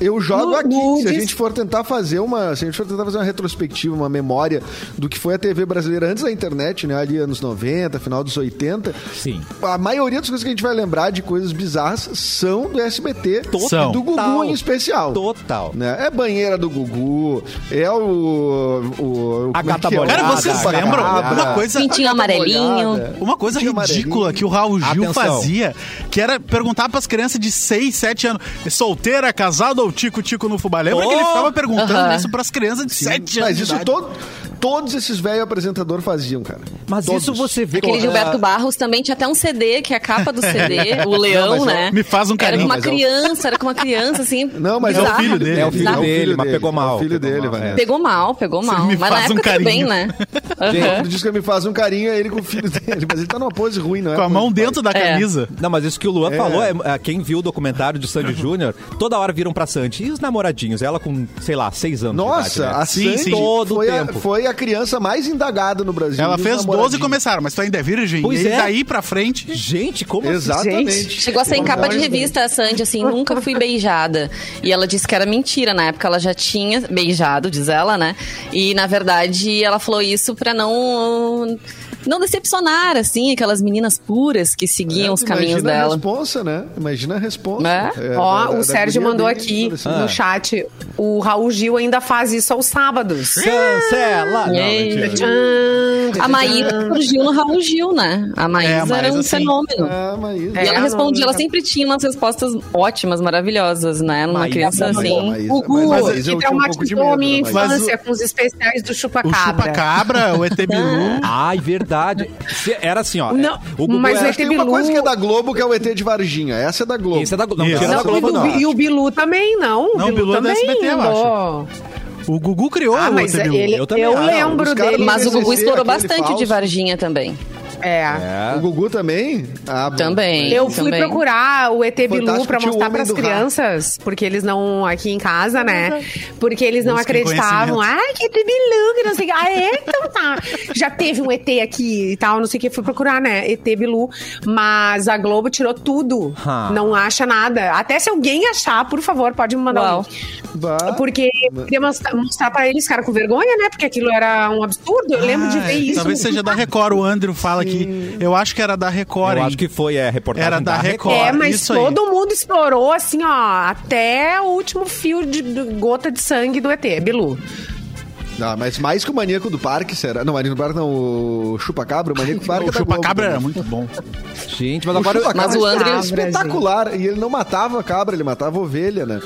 [SPEAKER 2] Eu jogo
[SPEAKER 3] Nu-
[SPEAKER 2] aqui. Se a
[SPEAKER 3] nudes.
[SPEAKER 2] gente for tentar fazer uma, se a gente for tentar fazer uma retrospectiva, uma memória do que foi a TV brasileira antes da internet, né, ali anos 90, final dos 80,
[SPEAKER 1] Sim.
[SPEAKER 2] a maioria das coisas que a gente vai lembrar de coisas bizarras são do SBT
[SPEAKER 5] São.
[SPEAKER 2] e do Gugu
[SPEAKER 1] Total.
[SPEAKER 2] em especial.
[SPEAKER 1] Total.
[SPEAKER 2] Né? É banheira do Gugu, é o. o, o
[SPEAKER 1] A
[SPEAKER 2] como é
[SPEAKER 1] gata
[SPEAKER 2] que é?
[SPEAKER 1] molhada.
[SPEAKER 5] Cara, vocês
[SPEAKER 1] Gata
[SPEAKER 5] lembram?
[SPEAKER 2] molhada.
[SPEAKER 5] Tá Uma coisa.
[SPEAKER 4] Pintinho amarelinho.
[SPEAKER 5] Uma coisa
[SPEAKER 2] Tinha
[SPEAKER 5] ridícula
[SPEAKER 2] amarelinho.
[SPEAKER 5] que o Raul Gil
[SPEAKER 1] Atenção.
[SPEAKER 5] fazia, que era perguntar pras crianças de 6, 7 anos, "É solteira, casada ou tico-tico no fubá? Lembra que ele
[SPEAKER 1] Oh!
[SPEAKER 5] ficava perguntando
[SPEAKER 4] Aham.
[SPEAKER 5] isso pras crianças de 7 anos?
[SPEAKER 2] Mas
[SPEAKER 5] de
[SPEAKER 2] isso
[SPEAKER 5] idade?
[SPEAKER 2] todo, todos esses velhos apresentadores faziam, cara.
[SPEAKER 1] Mas
[SPEAKER 2] Todos.
[SPEAKER 1] isso você vê
[SPEAKER 4] Aquele
[SPEAKER 1] com-
[SPEAKER 4] Gilberto Barros também tinha até um CD, que é a capa do CD, o Leão,
[SPEAKER 2] mas é-
[SPEAKER 4] né?
[SPEAKER 5] me faz um
[SPEAKER 4] Era com
[SPEAKER 5] carinho,
[SPEAKER 4] uma
[SPEAKER 2] mas é um-
[SPEAKER 4] criança, era com uma criança, assim.
[SPEAKER 2] Não, mas
[SPEAKER 5] o
[SPEAKER 4] bizarra.
[SPEAKER 5] filho dele.
[SPEAKER 1] É o filho
[SPEAKER 4] Tá.
[SPEAKER 1] dele, mas pegou mal.
[SPEAKER 2] É o filho
[SPEAKER 1] pegou
[SPEAKER 2] dele,
[SPEAKER 1] mal,
[SPEAKER 2] Vanessa.
[SPEAKER 4] Pegou mal, pegou mal.
[SPEAKER 5] me
[SPEAKER 4] Mas na
[SPEAKER 5] faz um
[SPEAKER 4] época tudo bem,
[SPEAKER 5] carinho.
[SPEAKER 4] né? Aham.
[SPEAKER 2] Quando diz que ele me faz um carinho, é ele com o filho dele. Mas ele tá numa pose ruim, não é?
[SPEAKER 5] Com a mão
[SPEAKER 2] Pose-
[SPEAKER 5] dentro da
[SPEAKER 4] É.
[SPEAKER 5] camisa.
[SPEAKER 1] Ah, Não, mas isso que o Luan
[SPEAKER 2] É.
[SPEAKER 1] falou, é, é, quem viu o documentário de Sandy Júnior, toda hora viram pra Sandy. E os namoradinhos? Ela com, sei lá, seis anos. de idade,
[SPEAKER 2] Nossa, assim,
[SPEAKER 1] né?
[SPEAKER 2] a
[SPEAKER 5] Sim,
[SPEAKER 2] Sandy
[SPEAKER 5] sim.
[SPEAKER 1] Todo
[SPEAKER 2] foi,
[SPEAKER 1] tempo.
[SPEAKER 2] A, foi a criança mais indagada no Brasil.
[SPEAKER 5] Ela
[SPEAKER 2] dos
[SPEAKER 5] fez 12 e
[SPEAKER 2] namoradinhos.
[SPEAKER 5] começaram, mas tu ainda é virgem?
[SPEAKER 1] Pois
[SPEAKER 5] e
[SPEAKER 1] é.
[SPEAKER 5] daí pra frente.
[SPEAKER 1] Gente, como assim?
[SPEAKER 2] Exatamente.
[SPEAKER 3] Gente,
[SPEAKER 4] Chegou a ser em capa de
[SPEAKER 2] Mas-
[SPEAKER 4] revista, a Sandy, assim, nunca fui beijada. E ela disse que era mentira, na época ela já tinha beijado, diz ela, né? E, na verdade, ela falou isso pra não... Não decepcionar, assim, aquelas meninas puras que seguiam os caminhos
[SPEAKER 2] Imagina a
[SPEAKER 4] dela.
[SPEAKER 2] responsa, né? Imagina a responsa. É,
[SPEAKER 4] Né?
[SPEAKER 2] da-
[SPEAKER 3] É, Ó,
[SPEAKER 2] da-
[SPEAKER 3] o
[SPEAKER 2] da
[SPEAKER 3] Sérgio
[SPEAKER 2] guria
[SPEAKER 3] mandou
[SPEAKER 2] bem
[SPEAKER 3] aqui
[SPEAKER 2] adolescente.
[SPEAKER 3] no chat. O Raul Gil ainda faz isso aos sábados.
[SPEAKER 1] assim? Cancela! Não,
[SPEAKER 4] Ei.
[SPEAKER 1] mentira.
[SPEAKER 3] Hum?
[SPEAKER 4] A Maísa surgiu no Raul Gil, né? A Maísa,
[SPEAKER 5] É, a Maísa,
[SPEAKER 4] era um
[SPEAKER 5] sim.
[SPEAKER 4] fenômeno.
[SPEAKER 2] Ah, Maísa.
[SPEAKER 4] E
[SPEAKER 3] É,
[SPEAKER 4] ela
[SPEAKER 3] não,
[SPEAKER 4] respondia, ela assim,
[SPEAKER 3] nunca-
[SPEAKER 4] sempre tinha umas respostas ótimas, maravilhosas, né? Numa
[SPEAKER 1] Maísa,
[SPEAKER 4] criança
[SPEAKER 1] Maísa,
[SPEAKER 4] assim.
[SPEAKER 2] Maísa,
[SPEAKER 3] O Gu,
[SPEAKER 2] mas Maísa
[SPEAKER 3] que
[SPEAKER 2] eu tinha um pouco de medo
[SPEAKER 3] traumatizou a minha
[SPEAKER 2] da Maísa.
[SPEAKER 3] infância com os especiais do
[SPEAKER 5] O
[SPEAKER 3] Chupacabra.
[SPEAKER 5] chupa-cabra, o ET Bilu.
[SPEAKER 1] Ai, verdade. Se- Era assim, ó.
[SPEAKER 3] Não,
[SPEAKER 1] o Gugu
[SPEAKER 3] mas
[SPEAKER 1] era-
[SPEAKER 3] é
[SPEAKER 2] Tem uma
[SPEAKER 3] Bilu.
[SPEAKER 2] coisa que é da Globo, que é o ET de Varginha. Essa é da Globo.
[SPEAKER 1] Esse é da Globo. Não,
[SPEAKER 5] Isso.
[SPEAKER 1] tira
[SPEAKER 3] Não,
[SPEAKER 1] da Globo,
[SPEAKER 3] e, o
[SPEAKER 1] não.
[SPEAKER 3] Bi- e o Bilu também, não.
[SPEAKER 5] Não, o Bilu é do SBT, eu
[SPEAKER 3] mandou.
[SPEAKER 5] O Gugu criou
[SPEAKER 3] Ah,
[SPEAKER 5] o
[SPEAKER 3] mas
[SPEAKER 5] ET Bilu.
[SPEAKER 3] ele,
[SPEAKER 1] Eu
[SPEAKER 3] eu,
[SPEAKER 1] também acho.
[SPEAKER 2] Os
[SPEAKER 3] lembro
[SPEAKER 2] caras
[SPEAKER 3] dele.
[SPEAKER 2] do
[SPEAKER 4] Mas o Gugu
[SPEAKER 2] TCC,
[SPEAKER 4] estourou
[SPEAKER 2] aquele
[SPEAKER 4] bastante
[SPEAKER 2] falso.
[SPEAKER 4] de Varginha também.
[SPEAKER 3] É.
[SPEAKER 2] O
[SPEAKER 1] É.
[SPEAKER 2] Gugu também? Ah, bom.
[SPEAKER 4] Também.
[SPEAKER 3] Eu fui
[SPEAKER 4] também.
[SPEAKER 3] procurar o ET Bilu
[SPEAKER 2] Fantástico
[SPEAKER 3] pra
[SPEAKER 2] tio
[SPEAKER 3] mostrar
[SPEAKER 2] Homem
[SPEAKER 3] pras
[SPEAKER 2] do Rato.
[SPEAKER 3] crianças, porque eles não. aqui em casa, né? Porque eles não
[SPEAKER 5] Busquem
[SPEAKER 3] acreditavam.
[SPEAKER 5] conhecimento.
[SPEAKER 3] Ai, que ET Bilu, que não sei o que. Ah, é? Então tá. Já teve um ET aqui e tal, não sei o que. Fui procurar, né? ET Bilu. Mas a Globo tirou tudo.
[SPEAKER 1] Ah.
[SPEAKER 3] Não acha nada. Até se alguém achar, por favor, pode me mandar
[SPEAKER 4] Uau.
[SPEAKER 3] um link.
[SPEAKER 2] Bah.
[SPEAKER 3] Porque eu queria mostra- mostrar pra eles, cara, com vergonha, né? Porque aquilo era um absurdo. Eu lembro de
[SPEAKER 5] Ah,
[SPEAKER 3] ver
[SPEAKER 5] é.
[SPEAKER 3] isso.
[SPEAKER 5] Talvez seja da Record, o Andrew fala aqui. Eu acho que era da Record,
[SPEAKER 1] Eu
[SPEAKER 5] hein?
[SPEAKER 1] acho que foi é, reportagem
[SPEAKER 5] Era da Record.
[SPEAKER 3] É, mas
[SPEAKER 5] isso aí.
[SPEAKER 3] todo mundo explorou, assim, ó, até o último fio de, de gota de sangue do ET, Bilu.
[SPEAKER 2] Ah, mas mais que o Maníaco do Parque, será? Não, Maníaco do Parque não, o Chupacabra, o Maníaco do Parque é
[SPEAKER 5] O
[SPEAKER 2] da Globo,
[SPEAKER 5] chupa-cabra
[SPEAKER 2] né?
[SPEAKER 5] era muito bom.
[SPEAKER 1] Gente, mas agora...
[SPEAKER 2] Chupacabra
[SPEAKER 4] Mas o André-
[SPEAKER 2] é espetacular. E ele não matava a cabra, ele matava a ovelha, né?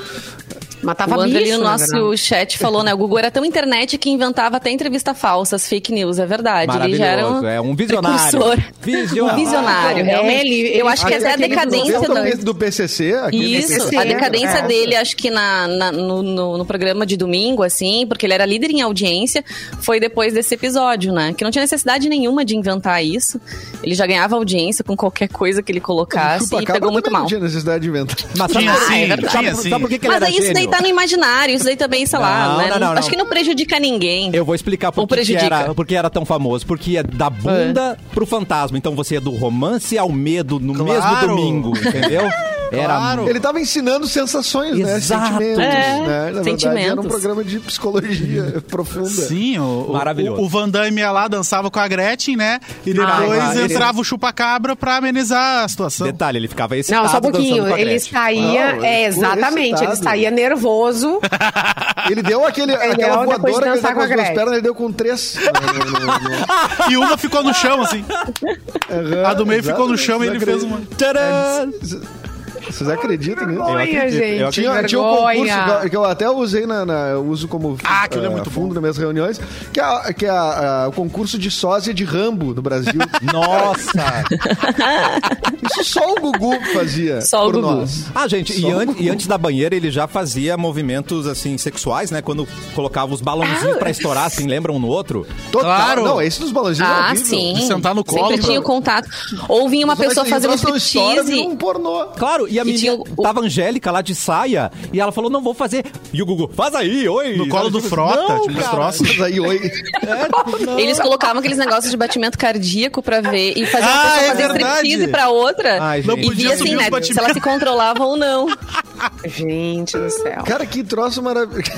[SPEAKER 3] Matava
[SPEAKER 4] o André ali
[SPEAKER 3] bicho,
[SPEAKER 4] no
[SPEAKER 3] na
[SPEAKER 4] nosso
[SPEAKER 3] verdade.
[SPEAKER 4] chat falou, né? O Gugu era tão internet que inventava até entrevista falsas, fake news, é verdade. Ele já era um
[SPEAKER 1] Maravilhoso, é um visionário.
[SPEAKER 4] precursor.
[SPEAKER 1] Visionário.
[SPEAKER 4] Um visionário, realmente.
[SPEAKER 3] É, ele-
[SPEAKER 4] Eu acho que
[SPEAKER 3] ele-
[SPEAKER 4] até a
[SPEAKER 3] aquele
[SPEAKER 4] decadência
[SPEAKER 2] do,
[SPEAKER 3] governo
[SPEAKER 4] do...
[SPEAKER 2] do, PCC, aquele
[SPEAKER 4] Isso,
[SPEAKER 3] PCC,
[SPEAKER 4] a
[SPEAKER 1] É.
[SPEAKER 4] decadência
[SPEAKER 3] né?
[SPEAKER 4] dele, acho que na, na- no, no- no programa de domingo, assim, porque ele era líder em audiência, foi depois desse episódio, né? Que não tinha necessidade nenhuma de inventar isso. Ele já ganhava audiência com qualquer coisa que ele colocasse e
[SPEAKER 2] Chupacabra
[SPEAKER 4] assim, pegou muito
[SPEAKER 2] também
[SPEAKER 4] mal.
[SPEAKER 2] Não tinha necessidade de inventar.
[SPEAKER 1] Mas sabe,
[SPEAKER 5] Tinha
[SPEAKER 1] por-
[SPEAKER 5] sim,
[SPEAKER 1] sabe-
[SPEAKER 5] tinha
[SPEAKER 1] sabe
[SPEAKER 5] sim.
[SPEAKER 1] por que, que ele
[SPEAKER 4] Mas
[SPEAKER 1] era
[SPEAKER 4] aí isso daí
[SPEAKER 1] gênio?
[SPEAKER 4] tá no imaginário, isso daí também, sei
[SPEAKER 1] Não,
[SPEAKER 4] lá, né?
[SPEAKER 1] não, não,
[SPEAKER 4] Acho
[SPEAKER 1] não.
[SPEAKER 4] que não prejudica ninguém.
[SPEAKER 1] Eu vou explicar por
[SPEAKER 4] Ou
[SPEAKER 1] que que
[SPEAKER 4] prejudica. É.
[SPEAKER 1] era, porque era tão famoso. Porque ia da bunda pro fantasma. Então você ia do romance ao medo no
[SPEAKER 5] Claro.
[SPEAKER 1] mesmo domingo, entendeu? Era
[SPEAKER 5] Claro.
[SPEAKER 2] Ele tava ensinando sensações,
[SPEAKER 1] Exato.
[SPEAKER 2] né? Sentimentos, né?
[SPEAKER 4] É,
[SPEAKER 2] Na verdade, era um
[SPEAKER 4] sentimentos.
[SPEAKER 2] programa de psicologia profunda.
[SPEAKER 5] Sim, o, o-
[SPEAKER 1] Maravilhoso.
[SPEAKER 5] o, o Van Damme ia lá, dançava com a Gretchen, né? E
[SPEAKER 3] Ah,
[SPEAKER 5] depois
[SPEAKER 1] maravilhoso.
[SPEAKER 5] entrava o chupa-cabra pra amenizar a situação.
[SPEAKER 1] Detalhe, ele ficava excitado
[SPEAKER 3] Não, só um
[SPEAKER 1] dançando com
[SPEAKER 3] pouquinho.
[SPEAKER 1] a
[SPEAKER 3] Ele
[SPEAKER 1] Gretchen.
[SPEAKER 3] saía.
[SPEAKER 2] Não,
[SPEAKER 3] é,
[SPEAKER 2] ele ficou
[SPEAKER 3] exatamente. Ele
[SPEAKER 2] excitado.
[SPEAKER 3] saía nervoso.
[SPEAKER 2] Ele deu aquele, aquela
[SPEAKER 3] depois de
[SPEAKER 2] voadora que ele
[SPEAKER 3] dançar
[SPEAKER 2] deu com as
[SPEAKER 3] com a
[SPEAKER 2] duas
[SPEAKER 3] Gretchen.
[SPEAKER 2] pernas, ele deu com três. No- no- no-
[SPEAKER 5] E uma ficou no chão, assim.
[SPEAKER 2] Aham,
[SPEAKER 5] A do meio ficou no
[SPEAKER 2] exatamente.
[SPEAKER 5] chão e ele
[SPEAKER 2] Vocês
[SPEAKER 5] fez uma.
[SPEAKER 1] Tcharam!
[SPEAKER 2] acreditam- Vocês acreditam nisso?
[SPEAKER 1] Eu acredito,
[SPEAKER 3] Vergonha,
[SPEAKER 1] eu
[SPEAKER 3] gente.
[SPEAKER 1] acredito.
[SPEAKER 2] Tinha,
[SPEAKER 3] vergonha.
[SPEAKER 2] tinha um concurso que eu- que eu até usei na, na- eu uso como
[SPEAKER 5] Ah, que ele é
[SPEAKER 2] eh,
[SPEAKER 5] muito
[SPEAKER 2] fundo
[SPEAKER 5] bom.
[SPEAKER 2] nas minhas reuniões, que é, a- que é a- a- o concurso de sósia de Rambo no Brasil.
[SPEAKER 1] Nossa!
[SPEAKER 2] Isso só o Gugu fazia
[SPEAKER 4] Só o
[SPEAKER 2] por
[SPEAKER 4] Gugu.
[SPEAKER 2] nós.
[SPEAKER 1] Ah, gente, e,
[SPEAKER 5] um
[SPEAKER 2] Só
[SPEAKER 1] an-
[SPEAKER 2] o Gugu.
[SPEAKER 1] e antes da banheira ele já fazia movimentos, assim, sexuais, né? Quando colocava os
[SPEAKER 4] Ah,
[SPEAKER 1] balãozinhos pra estourar, assim, lembra um no outro?
[SPEAKER 2] Total.
[SPEAKER 5] Claro.
[SPEAKER 2] Não, esse dos balãozinhos é
[SPEAKER 4] Ah,
[SPEAKER 2] horrível.
[SPEAKER 4] sim.
[SPEAKER 5] De sentar no colo,
[SPEAKER 4] Sempre tinha o
[SPEAKER 5] cara.
[SPEAKER 4] contato. Ou vinha uma
[SPEAKER 2] Só que
[SPEAKER 4] pessoa
[SPEAKER 2] esse
[SPEAKER 4] fazendo
[SPEAKER 2] troço não estoura,
[SPEAKER 4] striptease.
[SPEAKER 2] vira um pornô.
[SPEAKER 1] Claro, e a
[SPEAKER 4] E
[SPEAKER 1] menina
[SPEAKER 4] tinha o-
[SPEAKER 1] tava Angélica lá de saia e ela falou: não vou fazer. E o Gugu, faz aí, oi.
[SPEAKER 5] No colo do
[SPEAKER 1] Não,
[SPEAKER 5] Frota, tipo, os
[SPEAKER 1] cara. É, tipo,
[SPEAKER 5] troços.
[SPEAKER 2] Mas aí, oi.
[SPEAKER 4] Eles colocavam aqueles negócios de batimento cardíaco pra ver e faziam
[SPEAKER 5] Ah,
[SPEAKER 4] uma pessoa
[SPEAKER 5] é
[SPEAKER 4] fazer
[SPEAKER 5] verdade.
[SPEAKER 4] striptease pra outra.
[SPEAKER 1] Ai,
[SPEAKER 5] Não
[SPEAKER 1] gente.
[SPEAKER 4] e
[SPEAKER 5] podia
[SPEAKER 4] via assim,
[SPEAKER 5] subir os
[SPEAKER 4] né? Se
[SPEAKER 5] batimentos.
[SPEAKER 4] ela se controlava ou não.
[SPEAKER 3] Gente do céu.
[SPEAKER 2] Cara, que troço maravilhoso.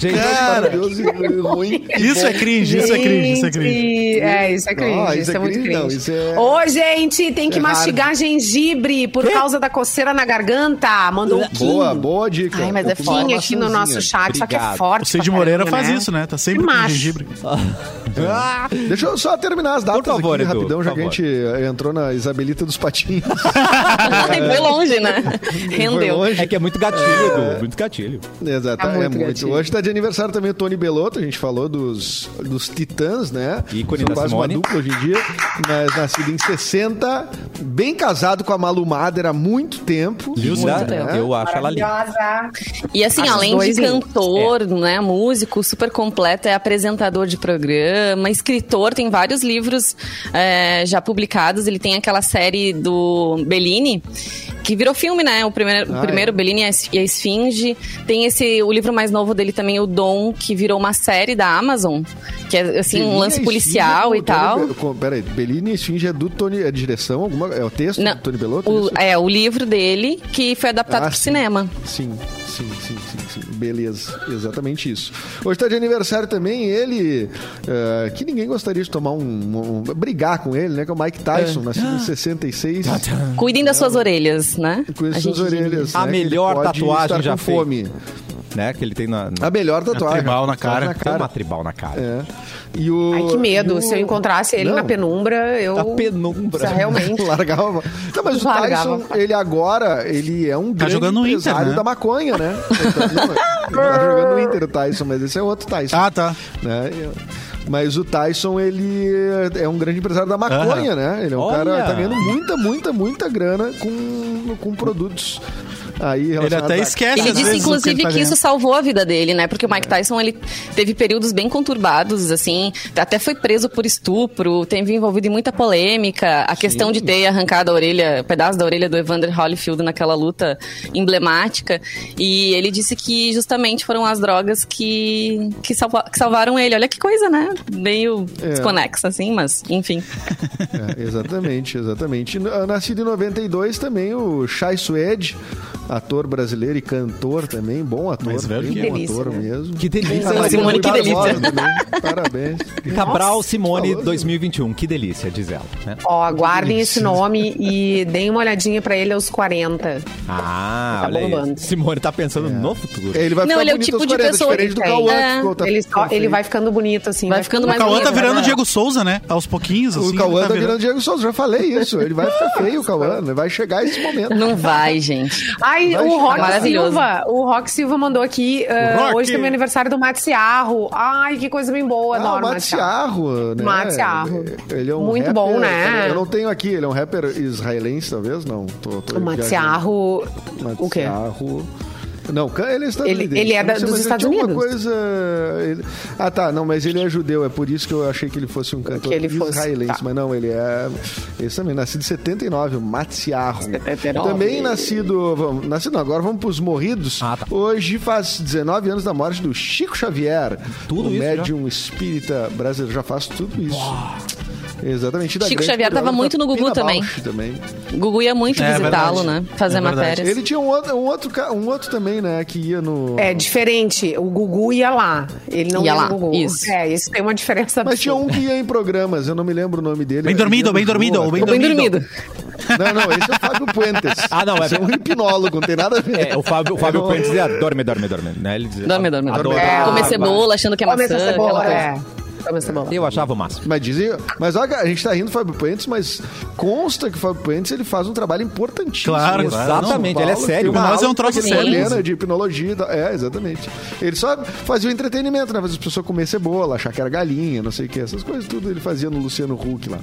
[SPEAKER 1] Gente, é
[SPEAKER 2] Maravilhoso e ruim.
[SPEAKER 5] Isso é cringe, isso é cringe, isso é cringe.
[SPEAKER 3] Gente, É, isso é cringe.
[SPEAKER 2] Não,
[SPEAKER 3] isso, é, muito cringe.
[SPEAKER 2] não, isso é-
[SPEAKER 3] Ô, gente, tem que
[SPEAKER 2] É
[SPEAKER 3] mastigar gengibre por causa da coceira na garganta. Mandou um
[SPEAKER 2] Boa,
[SPEAKER 3] Kim.
[SPEAKER 2] boa dica.
[SPEAKER 3] Ai, mas é
[SPEAKER 2] Vou comer uma
[SPEAKER 3] fofinho aqui no nosso
[SPEAKER 2] maçãzinha.
[SPEAKER 3] chat, só que é
[SPEAKER 1] Obrigado.
[SPEAKER 5] O
[SPEAKER 3] forte.
[SPEAKER 5] Cid
[SPEAKER 3] pra
[SPEAKER 5] Moreira
[SPEAKER 3] caramba,
[SPEAKER 5] faz
[SPEAKER 3] né?
[SPEAKER 5] isso, né? Tá
[SPEAKER 3] Que
[SPEAKER 5] sempre com
[SPEAKER 3] macho.
[SPEAKER 5] gengibre.
[SPEAKER 1] Ah,
[SPEAKER 2] Deixa eu só terminar as datas
[SPEAKER 1] Por favor,
[SPEAKER 2] aqui,
[SPEAKER 1] Edu,
[SPEAKER 2] rapidão, já
[SPEAKER 1] por
[SPEAKER 2] que a gente entrou na Isabelita dos Patinhos.
[SPEAKER 4] Ai, Foi longe, né?
[SPEAKER 2] Foi
[SPEAKER 4] Rendeu.
[SPEAKER 2] longe, hoje.
[SPEAKER 1] É que é muito gatilho, Edu. Muito gatilho.
[SPEAKER 2] Exato,
[SPEAKER 3] É
[SPEAKER 2] é
[SPEAKER 3] muito
[SPEAKER 2] muito.
[SPEAKER 3] gatilho.
[SPEAKER 2] Hoje tá de aniversário também o Tony Belotto, a gente falou dos, dos Titãs, né?
[SPEAKER 1] Ícone
[SPEAKER 2] São
[SPEAKER 1] da
[SPEAKER 2] quase
[SPEAKER 1] Simone.
[SPEAKER 2] uma dupla hoje em dia, mas nascido em 60, bem casado com a Malu Mader há muito tempo. É.
[SPEAKER 1] Linda,
[SPEAKER 4] tempo.
[SPEAKER 1] eu
[SPEAKER 5] É.
[SPEAKER 1] acho ela linda.
[SPEAKER 3] Maravilhosa.
[SPEAKER 4] E assim,
[SPEAKER 3] As
[SPEAKER 4] além
[SPEAKER 3] dois
[SPEAKER 4] de
[SPEAKER 3] lindos.
[SPEAKER 2] É.
[SPEAKER 4] cantor, né, músico, super completo, é apresentador de programa, escritor, tem vários livros é, já publicados. Ele tem aquela série do Bellini, que virou filme, né? O primeiro,
[SPEAKER 2] Ah,
[SPEAKER 4] o primeiro
[SPEAKER 2] é.
[SPEAKER 4] Bellini e a Es- e a Esfinge. Tem esse, o livro mais novo dele também, O Dom, que virou uma série da Amazon, que é assim, um
[SPEAKER 2] Bellini
[SPEAKER 4] lance
[SPEAKER 2] e Esfinge
[SPEAKER 4] policial e
[SPEAKER 2] é com o Tony
[SPEAKER 4] tal.
[SPEAKER 2] Be- com- Peraí, Bellini e Esfinge é do Tony, é de direção alguma? É o texto
[SPEAKER 4] Não,
[SPEAKER 2] do Tony Belotto?
[SPEAKER 4] o,
[SPEAKER 2] isso?
[SPEAKER 4] é, o livro dele que foi adaptado
[SPEAKER 2] Ah,
[SPEAKER 4] pro
[SPEAKER 2] sim.
[SPEAKER 4] Tá cinema.
[SPEAKER 2] Sim, sim, sim, sim, sim. Beleza, exatamente isso. Hoje tá de aniversário também ele, eh, que ninguém gostaria de tomar um, um- brigar com ele, né? Que é o Mike Tyson, nascido em 66.
[SPEAKER 4] Cuidem das suas orelhas, né?
[SPEAKER 2] Ah, Com
[SPEAKER 4] A
[SPEAKER 2] essas
[SPEAKER 4] gente-
[SPEAKER 2] orelhas.
[SPEAKER 1] A
[SPEAKER 2] né, que ele
[SPEAKER 1] melhor
[SPEAKER 2] pode
[SPEAKER 1] tatuagem
[SPEAKER 2] estar
[SPEAKER 1] já
[SPEAKER 2] com
[SPEAKER 1] feita.
[SPEAKER 2] fome.
[SPEAKER 1] Né? Que ele tem na, na
[SPEAKER 2] A melhor tatuagem.
[SPEAKER 5] tribal na
[SPEAKER 2] tatuagem
[SPEAKER 5] cara.
[SPEAKER 1] tem uma tribal na cara.
[SPEAKER 2] É. E o,
[SPEAKER 3] Ai, que
[SPEAKER 2] e
[SPEAKER 3] medo.
[SPEAKER 2] o-
[SPEAKER 3] Se eu encontrasse ele
[SPEAKER 2] Não. Tá
[SPEAKER 3] na penumbra, eu.
[SPEAKER 1] Da penumbra.
[SPEAKER 4] é
[SPEAKER 3] Isso, Realmente.
[SPEAKER 2] Largava. Não, mas o
[SPEAKER 3] Largava.
[SPEAKER 2] Tyson, ele agora, ele é um grande
[SPEAKER 5] jogando no Inter,
[SPEAKER 2] empresário
[SPEAKER 5] né?
[SPEAKER 2] da maconha, né? Não, não tá jogando no Inter o Tyson, mas esse é outro Tyson.
[SPEAKER 5] Ah, tá.
[SPEAKER 2] né? Mas o Tyson, ele é um grande empresário da maconha, né? Ele é um
[SPEAKER 1] Olha!
[SPEAKER 2] cara tá ganhando muita, muita, muita grana com, com produtos aí
[SPEAKER 5] Ele
[SPEAKER 2] relacionados
[SPEAKER 5] até
[SPEAKER 2] à-
[SPEAKER 5] esquece
[SPEAKER 4] Ele
[SPEAKER 5] às
[SPEAKER 4] disse,
[SPEAKER 5] vezes, o
[SPEAKER 4] inclusive,
[SPEAKER 5] ele
[SPEAKER 4] que,
[SPEAKER 5] tá É.
[SPEAKER 4] isso
[SPEAKER 5] ganhando.
[SPEAKER 4] salvou a vida dele, né? Porque o Mike Tyson, ele teve períodos bem conturbados, assim, até foi preso por estupro, teve envolvido em muita polêmica. A questão de ter arrancado a orelha, um pedaço da orelha do Evander Holyfield naquela luta emblemática. E ele disse que justamente foram as drogas que, que, salva- que salvaram ele. Olha que coisa, né? Meio
[SPEAKER 2] É.
[SPEAKER 4] desconexa, assim, mas enfim.
[SPEAKER 2] É, exatamente, exatamente. N- Nascido em 92 também o Chai Suede, ator brasileiro e cantor também, bom ator,
[SPEAKER 5] Mais
[SPEAKER 2] bem
[SPEAKER 5] velho que
[SPEAKER 2] bom
[SPEAKER 3] eu. Delícia,
[SPEAKER 2] ator
[SPEAKER 3] né?
[SPEAKER 2] mesmo.
[SPEAKER 1] Que delícia.
[SPEAKER 2] Maria
[SPEAKER 4] Simone,
[SPEAKER 2] Rui
[SPEAKER 4] que delícia.
[SPEAKER 2] Barbosa também, né? Parabéns.
[SPEAKER 1] Cabral Simone
[SPEAKER 2] falou.
[SPEAKER 1] 2021. Que delícia, diz ela. Né?
[SPEAKER 3] Ó, guardem esse nome e deem uma olhadinha pra ele aos 40.
[SPEAKER 1] Ah,
[SPEAKER 3] Tá
[SPEAKER 1] olha aí.
[SPEAKER 3] bombando.
[SPEAKER 1] Simone tá pensando no futuro.
[SPEAKER 2] Ele vai
[SPEAKER 4] Não,
[SPEAKER 2] ficar
[SPEAKER 4] ele é o
[SPEAKER 2] bonito
[SPEAKER 4] tipo
[SPEAKER 2] aos
[SPEAKER 4] de
[SPEAKER 2] 40,
[SPEAKER 4] pessoa-
[SPEAKER 2] diferente do
[SPEAKER 4] É.
[SPEAKER 2] Cauã,
[SPEAKER 4] É.
[SPEAKER 2] que ficou- tá-
[SPEAKER 3] Ele, só-
[SPEAKER 2] ficou
[SPEAKER 3] ele
[SPEAKER 2] feio.
[SPEAKER 3] vai ficando bonito, assim.
[SPEAKER 4] Vai ficando
[SPEAKER 5] O
[SPEAKER 4] mais
[SPEAKER 5] Cauã tá
[SPEAKER 4] bonito,
[SPEAKER 5] virando
[SPEAKER 4] né?
[SPEAKER 5] Diego Souza, né? Aos pouquinhos, assim.
[SPEAKER 2] O
[SPEAKER 5] ele
[SPEAKER 2] Cauã
[SPEAKER 5] tá
[SPEAKER 2] tá
[SPEAKER 5] virando-
[SPEAKER 2] virando Diego Souza, já falei isso. Ele vai ficar feio, o Cauã. né? Vai chegar esse momento.
[SPEAKER 4] Não vai, gente.
[SPEAKER 3] Ai,
[SPEAKER 2] Vai
[SPEAKER 3] o
[SPEAKER 2] chegar.
[SPEAKER 3] Rock
[SPEAKER 4] Maravilhoso.
[SPEAKER 3] Silva. O Rock Silva mandou aqui. ah,
[SPEAKER 5] Rock.
[SPEAKER 3] hoje também é aniversário do Matsiarro. Ai, que coisa bem boa, assim,
[SPEAKER 2] Ah, o
[SPEAKER 3] adoro Matsiarro.
[SPEAKER 2] Matsiarro, né?
[SPEAKER 3] Matsiarro.
[SPEAKER 2] Ele é um
[SPEAKER 3] Muito
[SPEAKER 2] rapper-
[SPEAKER 3] bom, né?
[SPEAKER 2] Eu não tenho aqui, ele é um rapper israelense, talvez? Não. Tô, tô
[SPEAKER 3] O Matsiarro.
[SPEAKER 2] viajando.
[SPEAKER 3] O quê?
[SPEAKER 2] Matsiarro. Não, ca- ele é estadunidense.
[SPEAKER 3] ele é
[SPEAKER 2] Eu não
[SPEAKER 3] da-
[SPEAKER 2] sei,
[SPEAKER 3] dos
[SPEAKER 2] mas ele
[SPEAKER 3] Estados
[SPEAKER 2] tinha alguma
[SPEAKER 3] Unidos.
[SPEAKER 2] coisa... ele- Ah, tá. Não, mas ele é judeu. É por isso que eu achei que ele fosse um cantor
[SPEAKER 3] Que ele fosse,
[SPEAKER 2] israelense.
[SPEAKER 3] tá.
[SPEAKER 2] Mas não, ele é... Esse também, nascido em 79, o Matsiarro.
[SPEAKER 3] 79.
[SPEAKER 2] Também nascido... vamos- Nascido não, agora vamos pros morridos.
[SPEAKER 1] Ah, tá.
[SPEAKER 2] Hoje faz 19 anos da morte do Chico Xavier.
[SPEAKER 1] Tudo
[SPEAKER 2] o
[SPEAKER 1] isso já?
[SPEAKER 2] médium um espírita brasileiro já faz tudo isso. Exatamente. da
[SPEAKER 4] Chico
[SPEAKER 2] grande
[SPEAKER 4] Xavier tava
[SPEAKER 2] bióloga
[SPEAKER 4] muito no Gugu
[SPEAKER 2] Pina
[SPEAKER 4] também.
[SPEAKER 2] Bausch também.
[SPEAKER 4] Gugu ia muito
[SPEAKER 5] É
[SPEAKER 4] visitá-lo, né?
[SPEAKER 5] verdade.
[SPEAKER 4] Fazer
[SPEAKER 5] É verdade.
[SPEAKER 4] matérias.
[SPEAKER 2] Ele tinha um outro, um, outro, ca- um outro também, né? Que ia no.
[SPEAKER 3] É diferente. O Gugu ia lá. Ele não
[SPEAKER 4] Ia
[SPEAKER 3] ia,
[SPEAKER 4] lá,
[SPEAKER 3] no Gugu.
[SPEAKER 4] isso.
[SPEAKER 3] É, isso tem uma diferença
[SPEAKER 2] Mas tinha um
[SPEAKER 3] absurda.
[SPEAKER 2] que ia em programas, eu não me lembro o nome dele.
[SPEAKER 5] Bem dormido, bem dormido, bem
[SPEAKER 4] Bem
[SPEAKER 5] dormido.
[SPEAKER 4] dormido.
[SPEAKER 2] Não, não, esse é o Fábio Puentes.
[SPEAKER 1] Ah, não, é-
[SPEAKER 2] Esse é um hipnólogo, não tem nada a ver.
[SPEAKER 1] É, o Fábio, o Fábio
[SPEAKER 2] Era um-
[SPEAKER 1] Puentes dizia, dorme, dorme, dorme. Né? Ele dizia,
[SPEAKER 4] Dorme, dorme. dorme.
[SPEAKER 2] Adorava.
[SPEAKER 4] É, comer
[SPEAKER 3] Ah,
[SPEAKER 4] cebola, achando que é
[SPEAKER 3] Come
[SPEAKER 4] maçã,
[SPEAKER 3] essa
[SPEAKER 4] aquela
[SPEAKER 3] cebola.
[SPEAKER 4] coisa.
[SPEAKER 3] É. Come essa cebola.
[SPEAKER 1] Eu achava o máximo.
[SPEAKER 2] Mas dizem. Mas olha, a gente tá rindo do Fábio Puentes, mas consta que o Fábio Puentes ele faz um trabalho importantíssimo.
[SPEAKER 5] Claro,
[SPEAKER 1] Exatamente, ele é sério.
[SPEAKER 5] Hipnose
[SPEAKER 2] Mas
[SPEAKER 5] é um troço sério.
[SPEAKER 2] de hipnologia. e tal. É, exatamente. Ele só fazia o entretenimento, né? Fazia as pessoas comer cebola, achar que era galinha, não sei o que. Essas coisas tudo ele fazia no Luciano Huck lá.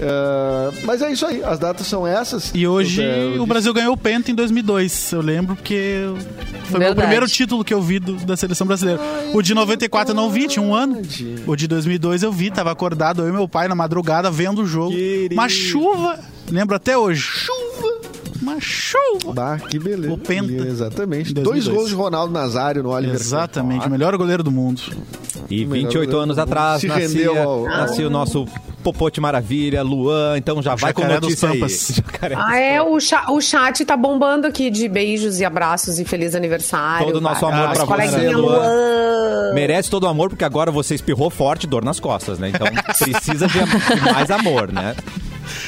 [SPEAKER 2] Ah, mas é isso aí, as datas são essas.
[SPEAKER 5] E hoje
[SPEAKER 2] é, Eu, eu
[SPEAKER 5] o Brasil ganhou o Penta em 2002, eu lembro, porque foi o
[SPEAKER 4] Verdade.
[SPEAKER 5] primeiro título que eu vi do- da seleção brasileira. O de 94 eu não vi, tinha um ano. O de 2002 eu vi, tava acordado eu e meu pai na madrugada vendo o jogo. Uma chuva, lembro até hoje. Chuva! Uma chuva!
[SPEAKER 2] Bah, que beleza.
[SPEAKER 5] O Penta.
[SPEAKER 2] E, Exatamente.
[SPEAKER 5] Em
[SPEAKER 2] Dois
[SPEAKER 5] 2002.
[SPEAKER 2] gols de Ronaldo Nazário no Oliver. Ah,
[SPEAKER 5] Exatamente, o melhor goleiro do mundo.
[SPEAKER 1] E
[SPEAKER 2] Melhor
[SPEAKER 1] 28 anos
[SPEAKER 2] se
[SPEAKER 1] atrás nascia,
[SPEAKER 2] rendeu ao-
[SPEAKER 4] Ah.
[SPEAKER 1] nascia o nosso Popote Maravilha, Luan, então já vai com
[SPEAKER 5] Jacaré dos
[SPEAKER 1] notícia aí.
[SPEAKER 5] Pampas.
[SPEAKER 1] Jacaré dos
[SPEAKER 3] Ah, é, o, cha- o chat tá bombando aqui de beijos e abraços e feliz aniversário.
[SPEAKER 1] Todo o nosso amor
[SPEAKER 5] pra
[SPEAKER 3] As
[SPEAKER 5] você,
[SPEAKER 3] coleguinha
[SPEAKER 1] Luan.
[SPEAKER 3] Luan.
[SPEAKER 1] Merece todo o amor, porque agora você espirrou forte, dor nas costas, né? Então precisa de, am- de mais amor, né?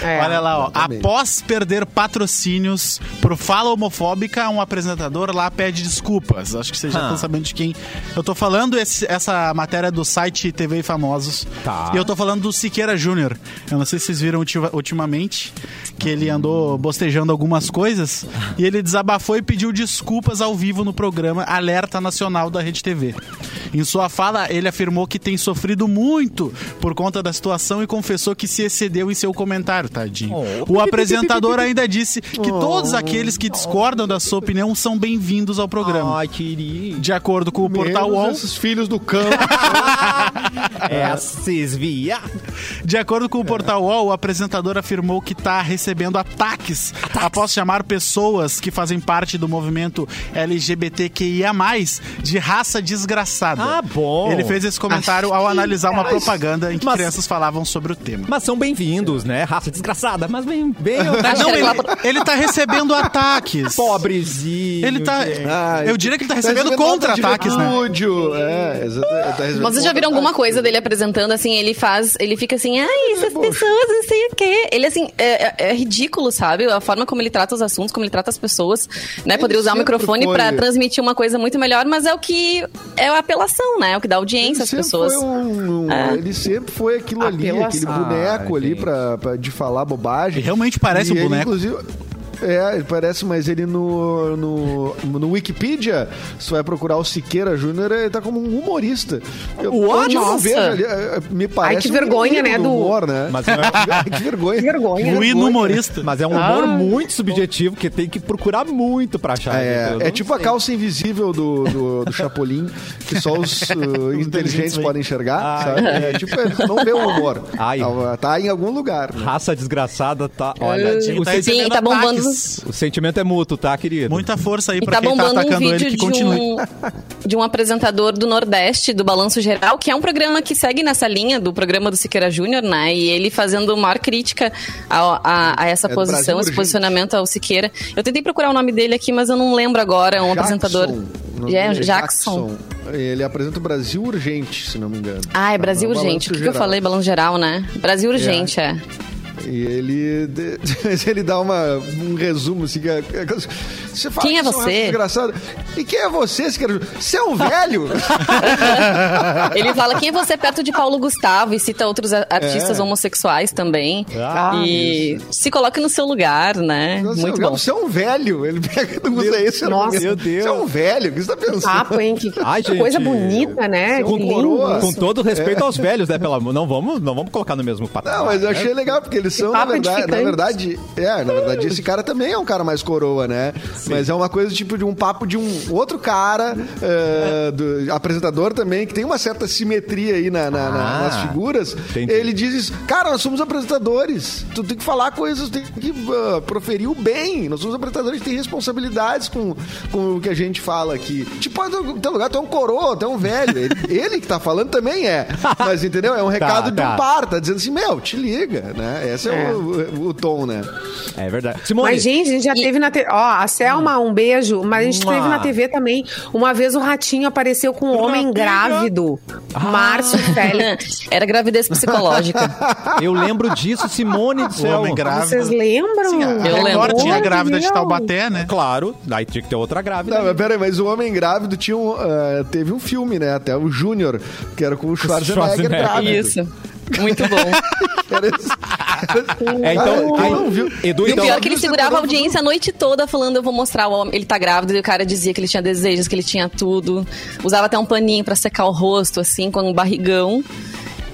[SPEAKER 3] É.
[SPEAKER 5] Olha lá, ó.
[SPEAKER 2] Exatamente.
[SPEAKER 5] Após perder patrocínios por fala homofóbica, um apresentador lá pede desculpas. Acho que vocês já
[SPEAKER 1] Ah.
[SPEAKER 5] estão sabendo de quem. Eu tô falando esse- essa matéria é do site TV e Famosos.
[SPEAKER 1] Tá.
[SPEAKER 5] E eu tô falando do Siqueira Júnior. Eu não sei se vocês viram ultima- ultimamente que ele andou bostejando algumas coisas. E ele desabafou e pediu desculpas ao vivo no programa Alerta Nacional da Rede TV. Em sua fala, ele afirmou que tem sofrido muito por conta da situação e confessou que se excedeu em seu comentário, tadinho.
[SPEAKER 1] Oh.
[SPEAKER 5] O apresentador ainda disse que todos aqueles que discordam da sua opinião são bem-vindos ao programa.
[SPEAKER 1] Ai, querido.
[SPEAKER 5] De acordo com o portal
[SPEAKER 2] Menos
[SPEAKER 5] UOL,
[SPEAKER 2] esses filhos do campo.
[SPEAKER 1] Esses É, via.
[SPEAKER 5] De acordo com o
[SPEAKER 1] É.
[SPEAKER 5] portal UOL, o apresentador afirmou que está recebendo ataques, após chamar pessoas que fazem parte do movimento LGBTQIA, de raça desgraçada.
[SPEAKER 1] Ah, bom.
[SPEAKER 5] Ele fez esse comentário ao analisar uma propaganda em que
[SPEAKER 1] Mas-
[SPEAKER 5] crianças falavam sobre o tema.
[SPEAKER 1] Mas são bem-vindos, né? Raça desgraçada, mas bem, bem
[SPEAKER 4] Mas
[SPEAKER 5] Não,
[SPEAKER 4] era
[SPEAKER 5] ele,
[SPEAKER 4] lá
[SPEAKER 5] ele tá recebendo ataques.
[SPEAKER 1] pobrezinho.
[SPEAKER 5] Ele tá.
[SPEAKER 2] Ah,
[SPEAKER 5] eu diria que ele tá recebendo contra-ataques, né?
[SPEAKER 2] Estúdio. É, exato- tá recebendo
[SPEAKER 4] Mas Vocês já viram alguma coisa dele apresentando, assim, ele faz, ele fica assim, ai, essas pessoas, não sei o quê. Ele, assim, é, é- é ridículo, sabe? A forma como ele trata os assuntos, como ele trata as pessoas, né? Poderia usar o
[SPEAKER 2] sempre
[SPEAKER 4] microfone
[SPEAKER 2] foi.
[SPEAKER 4] pra transmitir uma coisa muito melhor, mas é o que é a apelação, né? É o que dá audiência às
[SPEAKER 2] Ele sempre
[SPEAKER 4] pessoas.
[SPEAKER 2] foi um- um-
[SPEAKER 3] Ah.
[SPEAKER 2] Ele sempre foi aquilo ali,
[SPEAKER 3] Apelação.
[SPEAKER 2] aquele boneco
[SPEAKER 1] Ah,
[SPEAKER 2] ali
[SPEAKER 1] gente.
[SPEAKER 2] pra, pra- de falar bobagem.
[SPEAKER 5] Ele realmente parece
[SPEAKER 2] E
[SPEAKER 5] um
[SPEAKER 2] ele,
[SPEAKER 5] boneco.
[SPEAKER 2] inclusive, é, ele parece, mas ele no, no, no Wikipedia, se vai procurar o Siqueira Júnior, ele tá como um humorista. Eu,
[SPEAKER 4] What?
[SPEAKER 2] onde eu
[SPEAKER 4] Nossa.
[SPEAKER 2] vejo ali, eh, eh, me parece
[SPEAKER 3] Ai, que
[SPEAKER 2] um
[SPEAKER 3] vergonha,
[SPEAKER 2] ídolo
[SPEAKER 3] né, do-
[SPEAKER 2] humor, né?
[SPEAKER 1] Mas não é-
[SPEAKER 2] Ai, que vergonha.
[SPEAKER 3] Que vergonha.
[SPEAKER 5] O humorista.
[SPEAKER 1] Mas é um humor
[SPEAKER 5] Ah.
[SPEAKER 1] muito subjetivo que tem que procurar muito pra achar. gente. Eu
[SPEAKER 2] É, é
[SPEAKER 1] não
[SPEAKER 2] tipo a
[SPEAKER 1] sei.
[SPEAKER 2] calça invisível do, do, do Chapolin, que só os uh, inteligentes
[SPEAKER 5] inteligentes
[SPEAKER 2] podem enxergar,
[SPEAKER 1] Ah,
[SPEAKER 2] sabe? É, tipo, é, não vê o humor.
[SPEAKER 1] Ai.
[SPEAKER 2] Tá, tá em algum lugar. né?
[SPEAKER 1] Raça desgraçada tá. Olha,
[SPEAKER 5] Ele
[SPEAKER 1] o,
[SPEAKER 5] tá
[SPEAKER 1] senti-
[SPEAKER 5] recebendo
[SPEAKER 4] tá bombando-
[SPEAKER 5] ataques.
[SPEAKER 1] o sentimento é mútuo, tá, querido?
[SPEAKER 5] Muita força aí
[SPEAKER 4] E
[SPEAKER 5] pra
[SPEAKER 4] tá
[SPEAKER 5] quem tá
[SPEAKER 4] bombando um
[SPEAKER 5] atacando ele
[SPEAKER 4] vídeo
[SPEAKER 5] que
[SPEAKER 4] de
[SPEAKER 5] continue.
[SPEAKER 4] um, de um apresentador do Nordeste, do Balanço Geral, que é um programa que segue nessa linha do programa do Siqueira Júnior, né? E ele fazendo maior crítica a, a- a essa
[SPEAKER 2] É do Brasil
[SPEAKER 4] posição, esse
[SPEAKER 2] Urgente.
[SPEAKER 4] posicionamento ao Siqueira. Eu tentei procurar o nome dele aqui, mas eu não lembro agora. É um apresentador.
[SPEAKER 2] Não,
[SPEAKER 4] É,
[SPEAKER 2] é
[SPEAKER 4] Jackson.
[SPEAKER 2] Ele apresenta o Brasil Urgente, se não me engano.
[SPEAKER 4] Ah, é Brasil
[SPEAKER 2] Ah, não,
[SPEAKER 4] Urgente. O que,
[SPEAKER 2] Balanço
[SPEAKER 4] que eu
[SPEAKER 2] Geral.
[SPEAKER 4] falei? Balanço Geral, né? Brasil Urgente, é.
[SPEAKER 2] E ele, de- ele dá uma, um resumo assim. Que é, que é- você fala
[SPEAKER 4] Quem é
[SPEAKER 2] que são
[SPEAKER 4] você?
[SPEAKER 2] raças desgraçadas. E quem é você, Siqueira? Você é um velho?
[SPEAKER 4] Ele fala quem é você perto de Paulo Gustavo e cita outros a- artistas homossexuais também.
[SPEAKER 1] É. Ah,
[SPEAKER 4] e se coloque no seu lugar, né?
[SPEAKER 2] Nossa,
[SPEAKER 4] Muito
[SPEAKER 2] eu-
[SPEAKER 4] bom.
[SPEAKER 2] Você é um velho. Ele pega e usa esse.
[SPEAKER 3] Nossa.
[SPEAKER 1] Meu Deus.
[SPEAKER 2] Você é um velho. O que você tá pensando?
[SPEAKER 3] Papo, hein? Que,
[SPEAKER 1] Ai,
[SPEAKER 3] que
[SPEAKER 1] gente.
[SPEAKER 3] coisa bonita, né?
[SPEAKER 2] Com
[SPEAKER 3] Que
[SPEAKER 2] coroa.
[SPEAKER 3] lindo.
[SPEAKER 1] Com
[SPEAKER 3] isso.
[SPEAKER 1] todo respeito aos velhos, né? Pelo amor. Não vamos, não vamos colocar no mesmo patamar.
[SPEAKER 2] Não, mas eu
[SPEAKER 1] né?
[SPEAKER 2] achei legal, porque eles são, na
[SPEAKER 3] papo
[SPEAKER 2] verdade, na
[SPEAKER 3] edificante.
[SPEAKER 2] verdade, é, na verdade, esse cara também é um cara mais coroa, né? Mas é uma coisa tipo de um papo de um outro cara, eh, do- apresentador também, que tem uma certa simetria aí na- na- na-
[SPEAKER 1] Ah,
[SPEAKER 2] nas figuras.
[SPEAKER 1] entendi.
[SPEAKER 2] Ele diz isso, cara, nós somos apresentadores, tu tem que falar coisas, tem que ah, proferir o bem, nós somos apresentadores, tem responsabilidades com, com o que a gente fala aqui. Tipo, ah, no teu lugar, tu é um coroa, tu é um velho, ele, ele que tá falando também é, mas entendeu? É um recado de
[SPEAKER 1] tá.
[SPEAKER 2] um papo par, tá dizendo assim, meu, te liga, né? Esse é, O, o- o tom, né?
[SPEAKER 1] É verdade. Simone,
[SPEAKER 3] Mas, gente, a gente já teve na TV. Ó, a Selma, um beijo. Mas a gente
[SPEAKER 1] Mua.
[SPEAKER 3] teve na TV também. Uma vez o ratinho apareceu com um homem
[SPEAKER 1] Ratinho.
[SPEAKER 3] grávido. Márcio Félix.
[SPEAKER 4] Era gravidez psicológica.
[SPEAKER 1] eu lembro disso, Simone do céu.
[SPEAKER 5] homem grávida.
[SPEAKER 3] Vocês lembram?
[SPEAKER 5] A
[SPEAKER 4] Eu
[SPEAKER 5] Record
[SPEAKER 4] lembro.
[SPEAKER 5] tinha
[SPEAKER 4] Olha,
[SPEAKER 5] grávida de
[SPEAKER 3] meu.
[SPEAKER 5] Taubaté, né?
[SPEAKER 1] Claro, daí tinha que ter outra grávida.
[SPEAKER 2] Não, Ah, mas peraí, mas o Homem Grávido tinha um, ah, teve um filme, né? Até o Júnior, que era com o Schwarzenegger,
[SPEAKER 1] Schwarzenegger.
[SPEAKER 2] grávido.
[SPEAKER 4] Isso. Muito bom.
[SPEAKER 2] Era esse-
[SPEAKER 1] É, então,
[SPEAKER 2] Cara,
[SPEAKER 1] aí-
[SPEAKER 2] quem não viu?
[SPEAKER 1] Edu,
[SPEAKER 4] E o
[SPEAKER 1] então,
[SPEAKER 4] pior é que ele
[SPEAKER 2] Você
[SPEAKER 4] segurava a
[SPEAKER 2] pegou-
[SPEAKER 4] audiência a noite toda falando, eu vou mostrar o homem. Ele tá grávido, e o cara dizia que ele tinha desejos, que ele tinha tudo. Usava até um paninho pra secar o rosto, assim, com um barrigão.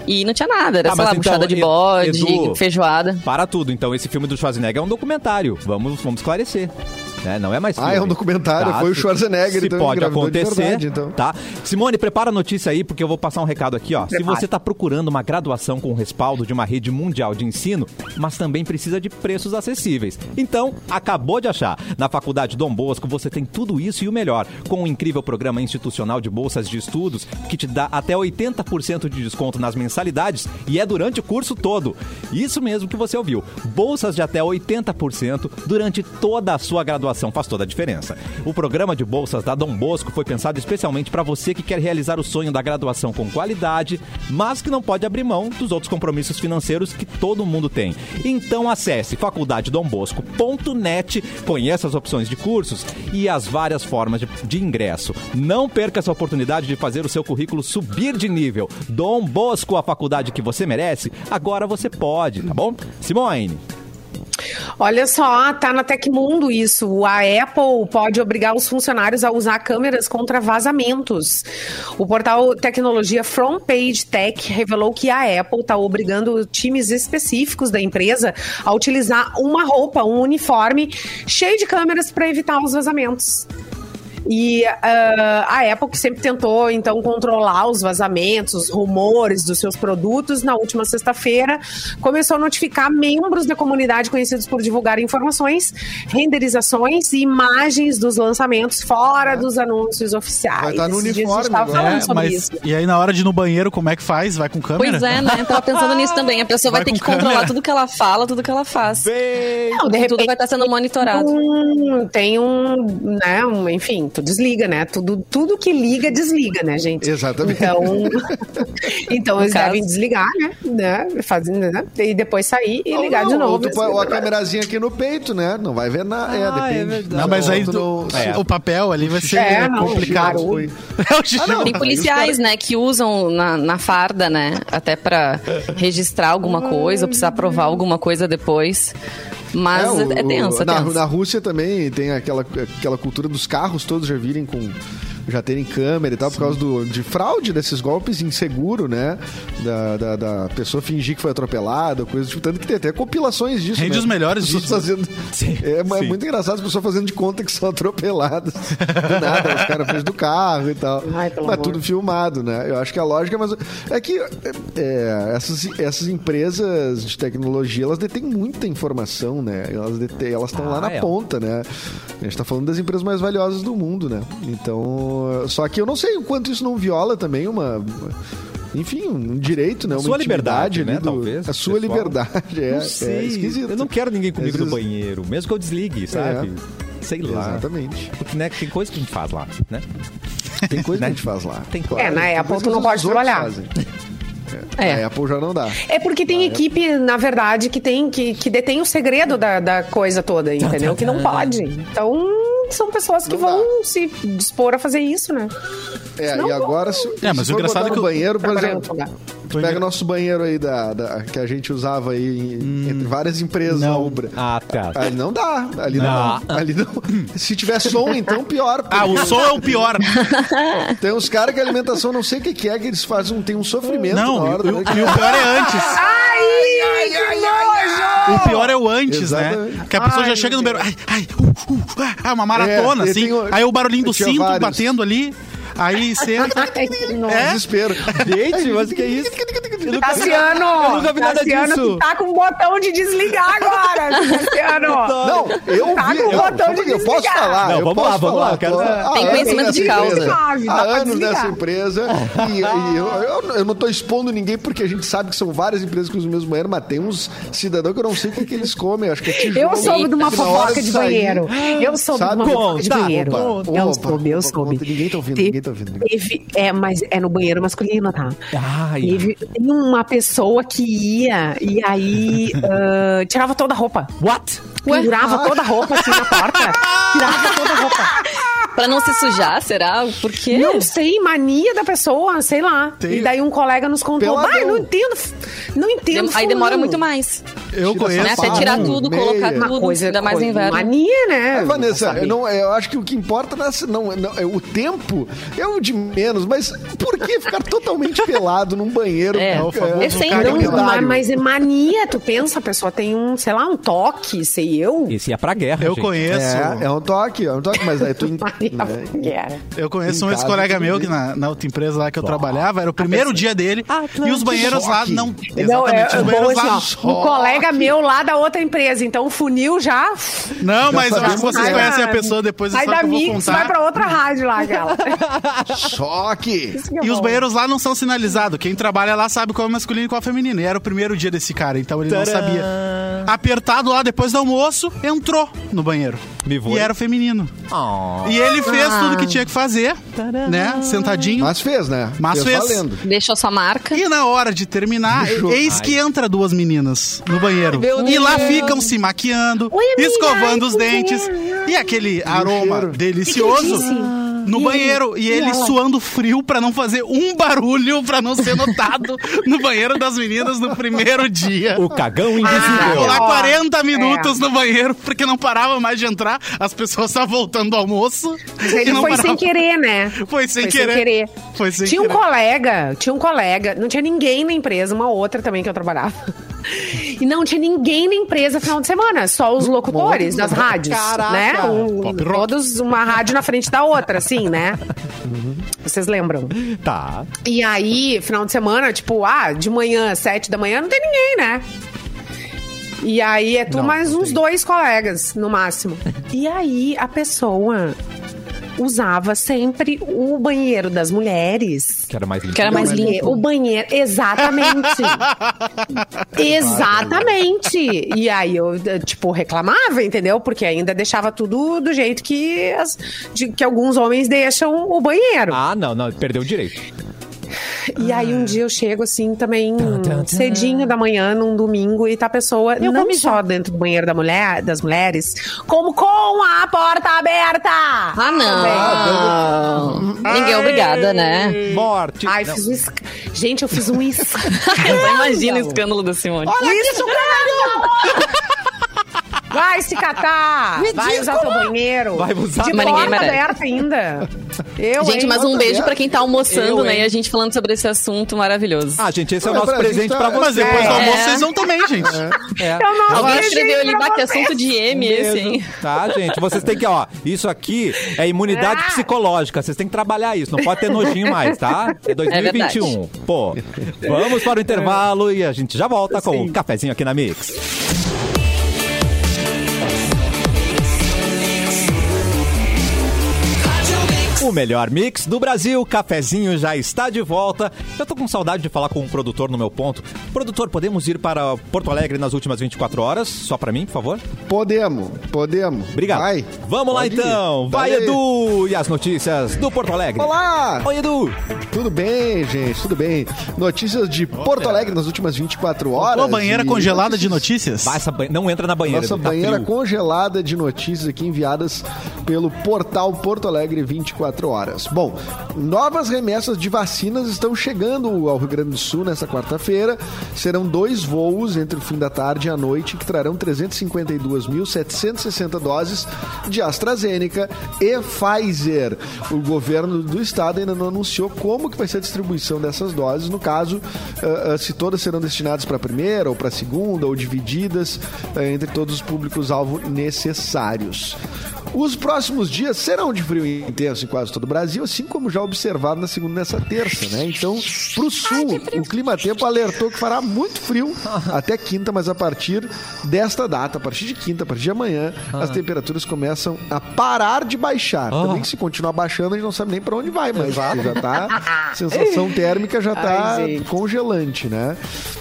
[SPEAKER 4] E não tinha nada, era,
[SPEAKER 1] Ah,
[SPEAKER 4] sei
[SPEAKER 1] mas
[SPEAKER 4] lá,
[SPEAKER 1] então,
[SPEAKER 4] buchada de
[SPEAKER 1] Edu-
[SPEAKER 4] bode,
[SPEAKER 1] Edu-
[SPEAKER 4] feijoada.
[SPEAKER 1] para tudo. Então, esse filme do Schwarzenegger é um documentário. Vamos, vamos esclarecer. né? Não é mais
[SPEAKER 2] Ah, é
[SPEAKER 1] filme.
[SPEAKER 2] um documentário. Foi o
[SPEAKER 1] Tá, se-
[SPEAKER 2] Schwarzenegger,
[SPEAKER 1] se
[SPEAKER 2] então, que
[SPEAKER 1] pode
[SPEAKER 2] engravidou de
[SPEAKER 1] acontecer.
[SPEAKER 2] verdade, então.
[SPEAKER 1] tá? Simone, prepara a notícia aí, porque eu vou passar um recado aqui. ó. Se
[SPEAKER 3] Prepara.
[SPEAKER 1] você está procurando uma graduação com o respaldo de uma rede mundial de ensino, mas também precisa de preços acessíveis. Então, acabou de achar. Na Faculdade Dom Bosco, você tem tudo isso e o melhor, com um incrível programa institucional de bolsas de estudos que te dá até 80% de desconto nas mensalidades e é durante o curso todo. Isso mesmo que você ouviu. Bolsas de até 80% durante toda a sua graduação atuação faz toda a diferença. O programa de bolsas da Dom Bosco foi pensado especialmente para você que quer realizar o sonho da graduação com qualidade, mas que não pode abrir mão dos outros compromissos financeiros que todo mundo tem. Então acesse faculdadedombosco.net, conheça as opções de cursos e as várias formas de, de ingresso. Não perca essa oportunidade de fazer o seu currículo subir de nível. Dom Bosco, a faculdade que você merece, agora você pode, tá bom? Simone.
[SPEAKER 3] Olha só, tá na Tecmundo isso. A Apple pode obrigar os funcionários a usar câmeras contra vazamentos. O portal Tecnologia Front Page Tech revelou que a Apple está obrigando times específicos da empresa a utilizar uma roupa, um uniforme cheio de câmeras para evitar os vazamentos. E uh, a Apple, que sempre tentou, então, controlar os vazamentos, os rumores dos seus produtos, na última sexta-feira, começou a notificar membros da comunidade conhecidos por divulgar informações, renderizações e imagens dos lançamentos fora dos anúncios oficiais.
[SPEAKER 2] Vai tá no
[SPEAKER 3] Esses dias
[SPEAKER 2] uniforme
[SPEAKER 3] a gente tava
[SPEAKER 2] agora.
[SPEAKER 3] falando
[SPEAKER 5] É,
[SPEAKER 3] sobre
[SPEAKER 5] mas,
[SPEAKER 3] isso.
[SPEAKER 5] e aí, na hora de ir no banheiro, como é que faz? Vai com câmera?
[SPEAKER 4] Pois é, né? Eu tava pensando nisso também. A pessoa vai, ter
[SPEAKER 5] Vai com
[SPEAKER 4] que controlar
[SPEAKER 5] câmera.
[SPEAKER 4] tudo que ela fala, tudo que ela faz.
[SPEAKER 3] Não, de
[SPEAKER 4] Tudo
[SPEAKER 3] repente
[SPEAKER 4] vai estar sendo monitorado.
[SPEAKER 3] um- tem um, né, um, enfim, tu desliga, né? Tudo, tudo que liga, desliga, né, gente?
[SPEAKER 2] Exatamente.
[SPEAKER 3] Então, então
[SPEAKER 4] No
[SPEAKER 3] eles
[SPEAKER 4] caso.
[SPEAKER 3] devem desligar, né? né? Fazendo, né? E depois sair e
[SPEAKER 2] Não,
[SPEAKER 3] ligar
[SPEAKER 2] não,
[SPEAKER 3] de
[SPEAKER 2] Ou,
[SPEAKER 3] novo.
[SPEAKER 2] tu põe- ou a câmerazinha aqui no peito, né? Não vai ver nada.
[SPEAKER 1] Ah,
[SPEAKER 2] é,
[SPEAKER 1] é
[SPEAKER 2] depende.
[SPEAKER 1] verdade.
[SPEAKER 5] Não, mas aí
[SPEAKER 2] tu
[SPEAKER 5] do-
[SPEAKER 2] não-
[SPEAKER 5] o papel ali vai ser
[SPEAKER 3] É,
[SPEAKER 4] Ah,
[SPEAKER 3] não,
[SPEAKER 5] complicado.
[SPEAKER 3] o barulho.
[SPEAKER 5] É o xixi.
[SPEAKER 2] Ah, não.
[SPEAKER 4] Tem policiais, né, que usam na, na farda, né? Até pra registrar alguma coisa, ou precisar provar alguma coisa depois. Mas
[SPEAKER 2] o-
[SPEAKER 4] é, é
[SPEAKER 2] o-
[SPEAKER 4] tenso, é
[SPEAKER 2] na,
[SPEAKER 4] tenso.
[SPEAKER 2] na Rússia também tem aquela, aquela cultura dos carros todos já virem com. Já terem câmera e tal, por causa do, de fraude desses golpes inseguro, né? Da, da, da pessoa fingir que foi atropelada, coisa do tipo. Tanto que tem até compilações disso.
[SPEAKER 5] Rende
[SPEAKER 2] né?
[SPEAKER 5] os melhores
[SPEAKER 2] Pessoas
[SPEAKER 5] disso.
[SPEAKER 2] fazendo.
[SPEAKER 1] Sim,
[SPEAKER 2] é, mas é
[SPEAKER 1] sim.
[SPEAKER 2] muito engraçado as pessoas fazendo de conta que são atropeladas. Do nada, os caras fez do carro e tal.
[SPEAKER 3] Ai, pelo
[SPEAKER 2] mas
[SPEAKER 3] amor.
[SPEAKER 2] tudo filmado, né? Eu acho que a lógica, mas é que é, é, essas, essas empresas de tecnologia, elas detêm muita informação, né? Elas detêm- elas estão lá
[SPEAKER 1] Ah,
[SPEAKER 2] na
[SPEAKER 1] é.
[SPEAKER 2] ponta, né? A gente tá falando das empresas mais valiosas do mundo, né? Então, só que eu não sei o quanto isso não viola também uma enfim, um direito, né? Uma
[SPEAKER 1] sua liberdade,
[SPEAKER 2] intimidade ali
[SPEAKER 1] né? Talvez,
[SPEAKER 2] A sua
[SPEAKER 1] pessoal.
[SPEAKER 2] liberdade, é,
[SPEAKER 1] Não sei.
[SPEAKER 2] é esquisito.
[SPEAKER 1] Eu não quero ninguém comigo
[SPEAKER 2] Às
[SPEAKER 1] no
[SPEAKER 2] vezes- É.
[SPEAKER 1] banheiro, mesmo que eu desligue, sabe? Sei lá.
[SPEAKER 2] Exatamente.
[SPEAKER 1] Porque né, tem coisa que a gente faz lá, né?
[SPEAKER 2] Tem coisa que a
[SPEAKER 1] Né?
[SPEAKER 2] gente faz lá.
[SPEAKER 1] Tem
[SPEAKER 3] É, na
[SPEAKER 2] tem
[SPEAKER 3] Apple
[SPEAKER 2] coisa
[SPEAKER 3] tu
[SPEAKER 2] que
[SPEAKER 3] não
[SPEAKER 2] os outros
[SPEAKER 3] pode trabalhar.
[SPEAKER 2] fazem.
[SPEAKER 4] É.
[SPEAKER 2] Na Apple já não dá.
[SPEAKER 3] É porque
[SPEAKER 2] Ah,
[SPEAKER 3] tem equipe, na verdade, que tem que, que detém o segredo da, da coisa
[SPEAKER 4] Tá,
[SPEAKER 3] toda, entendeu? Que não pode. Então, são pessoas que
[SPEAKER 2] Não
[SPEAKER 3] vão se dispor a fazer isso, né?
[SPEAKER 2] É,
[SPEAKER 3] Não,
[SPEAKER 2] e agora se,
[SPEAKER 5] É, mas
[SPEAKER 2] se
[SPEAKER 5] o
[SPEAKER 2] for
[SPEAKER 5] engraçado
[SPEAKER 2] botar
[SPEAKER 5] é que
[SPEAKER 2] no
[SPEAKER 5] o-
[SPEAKER 2] banheiro, por
[SPEAKER 3] Trabalhar em
[SPEAKER 2] exemplo,
[SPEAKER 3] outro lugar.
[SPEAKER 2] tu pega nosso banheiro aí da, da- que a gente usava aí em- entre várias empresas na
[SPEAKER 5] Hum. Não.
[SPEAKER 2] Ubra.
[SPEAKER 1] Ah, tá.
[SPEAKER 2] Ali não dá, ali não. Ali não. Se tiver som, então pior.
[SPEAKER 5] Ah, o
[SPEAKER 2] porque
[SPEAKER 5] som é o pior.
[SPEAKER 2] Tem uns caras que a alimentação não sei o que que é, que eles fazem, um- tem um sofrimento
[SPEAKER 5] Não,
[SPEAKER 2] na hora. né?
[SPEAKER 5] e o, e o pior é antes.
[SPEAKER 3] Ai, que nojo!
[SPEAKER 5] O pior é o antes, né?
[SPEAKER 2] Exatamente.
[SPEAKER 5] Que a pessoa já
[SPEAKER 3] Ai,
[SPEAKER 5] chega no banheiro. Ai, ai, uh, uh, ah, ah, uma maratona,
[SPEAKER 2] É, e
[SPEAKER 5] assim.
[SPEAKER 2] tem o-
[SPEAKER 5] Aí o barulhinho do
[SPEAKER 2] tinha
[SPEAKER 5] cinto
[SPEAKER 2] vários.
[SPEAKER 5] batendo ali. Aí senta.
[SPEAKER 3] Ai, Ah, é que nojo.
[SPEAKER 2] um
[SPEAKER 5] É?
[SPEAKER 2] Desespero.
[SPEAKER 1] Gente, mas que isso? Eu nunca vi nada-
[SPEAKER 3] Tassiano!
[SPEAKER 1] Eu nunca vi nada
[SPEAKER 3] Tassiano,
[SPEAKER 1] disso.
[SPEAKER 3] tu tá com o botão de desligar agora, Tassiano!
[SPEAKER 2] Não, eu
[SPEAKER 3] Tá
[SPEAKER 2] vi.
[SPEAKER 3] com o
[SPEAKER 2] eu,
[SPEAKER 3] botão de
[SPEAKER 2] eu posso
[SPEAKER 3] desligar.
[SPEAKER 2] falar.
[SPEAKER 1] Não,
[SPEAKER 2] eu
[SPEAKER 1] vamos
[SPEAKER 2] posso
[SPEAKER 1] lá, vamos lá,
[SPEAKER 2] falar.
[SPEAKER 1] eu quero-
[SPEAKER 2] Tô há
[SPEAKER 4] Tem
[SPEAKER 2] anos
[SPEAKER 4] conhecimento
[SPEAKER 2] nessa
[SPEAKER 4] de causa.
[SPEAKER 2] empresa,
[SPEAKER 3] Suave, dá
[SPEAKER 2] Há
[SPEAKER 3] pra
[SPEAKER 2] anos
[SPEAKER 3] desligar.
[SPEAKER 2] nessa empresa. E, e eu, eu- eu não tô expondo ninguém porque a gente sabe que são várias empresas que usam o mesmo banheiro, mas tem uns cidadãos que eu não sei o que, que eles comem. Acho que é tijolo.
[SPEAKER 3] Eu soube de uma
[SPEAKER 2] que na hora
[SPEAKER 3] fofoca de
[SPEAKER 2] sair-
[SPEAKER 3] banheiro. Eu soube de uma
[SPEAKER 2] Sabe?
[SPEAKER 3] fofoca de
[SPEAKER 1] Conta,
[SPEAKER 3] banheiro.
[SPEAKER 2] opa,
[SPEAKER 3] eu
[SPEAKER 2] opa,
[SPEAKER 3] soube, eu
[SPEAKER 2] opa,
[SPEAKER 3] soube.
[SPEAKER 2] conta. Ninguém tá ouvindo,
[SPEAKER 3] Te-
[SPEAKER 2] ninguém tá ouvindo, ninguém.
[SPEAKER 3] teve- é, mas é no banheiro masculino, tá?
[SPEAKER 1] Ai.
[SPEAKER 3] Teve tem uma pessoa que ia e aí ah, tirava toda a roupa.
[SPEAKER 1] What?
[SPEAKER 3] Pendurava
[SPEAKER 2] Ah.
[SPEAKER 3] toda a roupa assim na porta. Tirava toda a roupa.
[SPEAKER 4] Pra não se sujar, será? Por
[SPEAKER 2] É?
[SPEAKER 4] quê?
[SPEAKER 3] Não sei, mania da pessoa, sei lá.
[SPEAKER 5] Tem-
[SPEAKER 3] E daí um colega nos contou.
[SPEAKER 2] Peladão.
[SPEAKER 3] Ah, eu não entendo. f- Não entendo.
[SPEAKER 4] Aí demora
[SPEAKER 3] fulano."
[SPEAKER 4] muito mais.
[SPEAKER 5] Eu
[SPEAKER 2] Tira
[SPEAKER 5] conheço.
[SPEAKER 4] Né? Até
[SPEAKER 2] sapato,
[SPEAKER 4] tirar tudo,
[SPEAKER 2] meia.
[SPEAKER 4] colocar
[SPEAKER 3] Uma
[SPEAKER 4] tudo,
[SPEAKER 3] coisa,
[SPEAKER 4] ainda mais no
[SPEAKER 3] coisa-
[SPEAKER 4] inverno.
[SPEAKER 3] Mania, né?
[SPEAKER 2] Ah, Vanessa,
[SPEAKER 3] Sabe?
[SPEAKER 2] eu, não, eu acho que o que importa nessa- não, não- é o tempo é o de menos, mas por que ficar totalmente pelado num banheiro?
[SPEAKER 4] É,
[SPEAKER 2] É,
[SPEAKER 4] o
[SPEAKER 5] famoso
[SPEAKER 4] Defende.
[SPEAKER 5] um cara
[SPEAKER 3] Não,
[SPEAKER 2] Caralho.
[SPEAKER 3] mas, mas é mania, tu pensa, a pessoa tem um, sei lá, um toque, sei eu.
[SPEAKER 1] Esse ia pra guerra,
[SPEAKER 5] Eu
[SPEAKER 1] gente.
[SPEAKER 5] conheço.
[SPEAKER 2] é, é um toque, é um toque, mas aí tu. en- né?
[SPEAKER 3] Mania,
[SPEAKER 5] Eu conheço
[SPEAKER 2] Em
[SPEAKER 5] um
[SPEAKER 2] casa,
[SPEAKER 5] ex-colega
[SPEAKER 2] tudo
[SPEAKER 5] meu
[SPEAKER 2] bem.
[SPEAKER 5] que na, na outra empresa lá que eu trabalhava, era o primeiro dia dele. E os banheiros lá
[SPEAKER 2] Choque.
[SPEAKER 5] não.
[SPEAKER 3] Não, é,
[SPEAKER 5] Exatamente,
[SPEAKER 3] é
[SPEAKER 5] os
[SPEAKER 3] bom
[SPEAKER 5] banheiros lá.
[SPEAKER 3] assim, ó, um colega meu lá da outra empresa, então o funil já...
[SPEAKER 5] Não, mas eu acho que vocês
[SPEAKER 3] Sai
[SPEAKER 5] conhecem
[SPEAKER 3] da-
[SPEAKER 5] a pessoa depois da
[SPEAKER 3] Sai
[SPEAKER 5] história
[SPEAKER 3] da
[SPEAKER 5] que eu vou
[SPEAKER 3] Mix, assim, vai
[SPEAKER 5] contar.
[SPEAKER 3] pra outra rádio lá, aquela.
[SPEAKER 2] Choque!
[SPEAKER 5] E os banheiros lá não são sinalizados. Quem trabalha lá sabe qual é o masculino e qual é o feminino. E era o primeiro dia desse cara, então ele não sabia. apertado lá depois do almoço, entrou no banheiro.
[SPEAKER 1] Me voe.
[SPEAKER 5] E era o feminino.
[SPEAKER 1] Ah.
[SPEAKER 5] E ele fez tudo que tinha que fazer, né? Sentadinho.
[SPEAKER 2] Mas fez, né?
[SPEAKER 5] Mas fez.
[SPEAKER 2] valendo.
[SPEAKER 4] Deixou sua marca.
[SPEAKER 5] E na hora de terminar,
[SPEAKER 2] Deixou.
[SPEAKER 5] eis que entra duas meninas no banheiro.
[SPEAKER 3] meu
[SPEAKER 5] e lá
[SPEAKER 3] Deus.
[SPEAKER 5] ficam se maquiando,
[SPEAKER 3] Oi, amiga.
[SPEAKER 5] escovando
[SPEAKER 3] Ai,
[SPEAKER 5] os
[SPEAKER 3] que
[SPEAKER 5] dentes. E aquele aroma
[SPEAKER 2] cheiro.
[SPEAKER 5] delicioso
[SPEAKER 3] disse?
[SPEAKER 5] no
[SPEAKER 3] E
[SPEAKER 5] banheiro. E
[SPEAKER 3] E
[SPEAKER 5] ele
[SPEAKER 3] ela?
[SPEAKER 5] suando frio pra não fazer um barulho, pra não ser notado no banheiro das meninas no primeiro dia.
[SPEAKER 1] O é? cagão
[SPEAKER 5] Ficou
[SPEAKER 1] invisível.
[SPEAKER 5] Ah, lá
[SPEAKER 3] ó, é.
[SPEAKER 5] 40 minutos no banheiro, porque não parava mais de entrar. As pessoas estavam voltando do almoço.
[SPEAKER 3] Mas ele
[SPEAKER 5] e não
[SPEAKER 3] foi
[SPEAKER 5] parava.
[SPEAKER 3] sem querer, né?
[SPEAKER 5] Foi sem querer. Foi sem
[SPEAKER 3] tinha um
[SPEAKER 5] querer.
[SPEAKER 3] colega, tinha um colega, não tinha ninguém na empresa, uma outra também que eu trabalhava. E não tinha ninguém na empresa final de semana, só os locutores das rádios, né? Um-
[SPEAKER 5] Pop rock.
[SPEAKER 3] todos uma rádio na frente da outra, assim, né?
[SPEAKER 5] Uhum.
[SPEAKER 3] Vocês lembram?
[SPEAKER 1] Tá.
[SPEAKER 3] E aí, final de semana, tipo, ah, de manhã, sete da manhã, não tem ninguém, né? E aí é tu
[SPEAKER 1] Não,
[SPEAKER 3] mais
[SPEAKER 1] não
[SPEAKER 3] uns
[SPEAKER 1] tem.
[SPEAKER 3] dois colegas, no máximo. E aí a pessoa usava sempre o banheiro das mulheres.
[SPEAKER 1] Que era mais lindo.
[SPEAKER 4] Que era mais
[SPEAKER 3] Porque
[SPEAKER 4] limpo.
[SPEAKER 3] O banheiro, exatamente. exatamente. E aí eu, eh, tipo, reclamava, entendeu? Porque ainda deixava tudo do jeito que, as- de- que alguns homens deixam o banheiro.
[SPEAKER 1] Ah, não, não. Perdeu o direito.
[SPEAKER 3] E aí
[SPEAKER 1] Ah.
[SPEAKER 3] um dia eu chego assim também cedinho da manhã, num domingo, e tá a pessoa não só dentro do banheiro da mulher, das mulheres, como com a porta aberta!
[SPEAKER 4] Ah, não. Ninguém é obrigada, né?
[SPEAKER 1] Morte.
[SPEAKER 3] Ai,
[SPEAKER 1] Não.
[SPEAKER 3] fiz um esca- Gente, eu fiz um escândalo.
[SPEAKER 4] Eu só imagino o escândalo da Simone.
[SPEAKER 3] Isso, caralho! Vai se catar! vai usar teu banheiro!
[SPEAKER 1] é. Vai usar-
[SPEAKER 3] De
[SPEAKER 4] Mas ninguém
[SPEAKER 3] porta
[SPEAKER 4] merece.
[SPEAKER 3] aberta ainda! Eu,
[SPEAKER 4] gente,
[SPEAKER 3] hein?
[SPEAKER 4] mas um beijo pra quem tá almoçando,
[SPEAKER 1] Eu,
[SPEAKER 4] né?
[SPEAKER 1] hein?
[SPEAKER 4] E a gente falando sobre esse assunto maravilhoso.
[SPEAKER 1] Ah, gente, esse é o
[SPEAKER 2] Olha,
[SPEAKER 1] nosso
[SPEAKER 2] pra gente
[SPEAKER 1] presente
[SPEAKER 2] tá-
[SPEAKER 1] pra você.
[SPEAKER 5] Mas depois do
[SPEAKER 4] É.
[SPEAKER 5] almoço vocês vão também, gente.
[SPEAKER 1] É.
[SPEAKER 3] Eu não
[SPEAKER 4] Alguém
[SPEAKER 3] acredito
[SPEAKER 4] escreveu ali,
[SPEAKER 3] pra
[SPEAKER 4] bah, que
[SPEAKER 3] você.
[SPEAKER 4] assunto de M esse,
[SPEAKER 1] Mesmo.
[SPEAKER 4] hein?
[SPEAKER 1] Tá, gente? Vocês têm que, ó, isso aqui é imunidade
[SPEAKER 3] Ah!
[SPEAKER 1] psicológica. Vocês têm que trabalhar isso. Não pode ter nojinho mais, tá? É 2021. Pô, vamos para o intervalo e a gente já volta com o cafezinho aqui na Mix. O melhor mix do Brasil, cafezinho já está de volta. Eu tô com saudade de falar com um produtor no meu ponto. Produtor, podemos ir para Porto Alegre nas últimas 24 horas? Só pra mim, por favor?
[SPEAKER 2] Podemos, podemos.
[SPEAKER 1] Obrigado.
[SPEAKER 2] Vai.
[SPEAKER 1] Vamos lá
[SPEAKER 2] Pode ir.
[SPEAKER 1] então. Vai,
[SPEAKER 2] Dale.
[SPEAKER 1] Edu! E as notícias do Porto Alegre.
[SPEAKER 2] Olá!
[SPEAKER 1] Oi, Edu!
[SPEAKER 2] Tudo bem, gente? Tudo bem? Notícias de Porto Alegre nas últimas 24 horas.
[SPEAKER 5] Ou banheira
[SPEAKER 2] e
[SPEAKER 5] congelada de notícias?
[SPEAKER 1] Vai, essa ba- Não entra na banheira.
[SPEAKER 2] Nossa
[SPEAKER 1] Edu, tá
[SPEAKER 2] banheira
[SPEAKER 1] frio.
[SPEAKER 2] congelada de notícias aqui enviadas pelo portal Porto Alegre 24 horas. Bom, novas remessas de vacinas estão chegando ao Rio Grande do Sul nesta quarta-feira. Serão dois voos entre o fim da tarde e a noite que trarão 352.760 doses de AstraZeneca e Pfizer. O governo do estado ainda não anunciou como que vai ser a distribuição dessas doses. No caso, ah, ah, se todas serão destinadas para a primeira ou para a segunda ou divididas eh, entre todos os públicos-alvo necessários. Os próximos dias serão de frio intenso em quase todo o Brasil, assim como já observado na segunda e nessa terça, né? Então, para o sul, o Clima Tempo alertou que fará muito frio até quinta, mas a partir desta data, a partir de quinta, a partir de amanhã, as temperaturas começam a parar de baixar. Também se continuar baixando, a gente não sabe nem para onde vai, mas já tá. A sensação térmica já tá
[SPEAKER 3] Ai, gente.
[SPEAKER 2] congelante, né?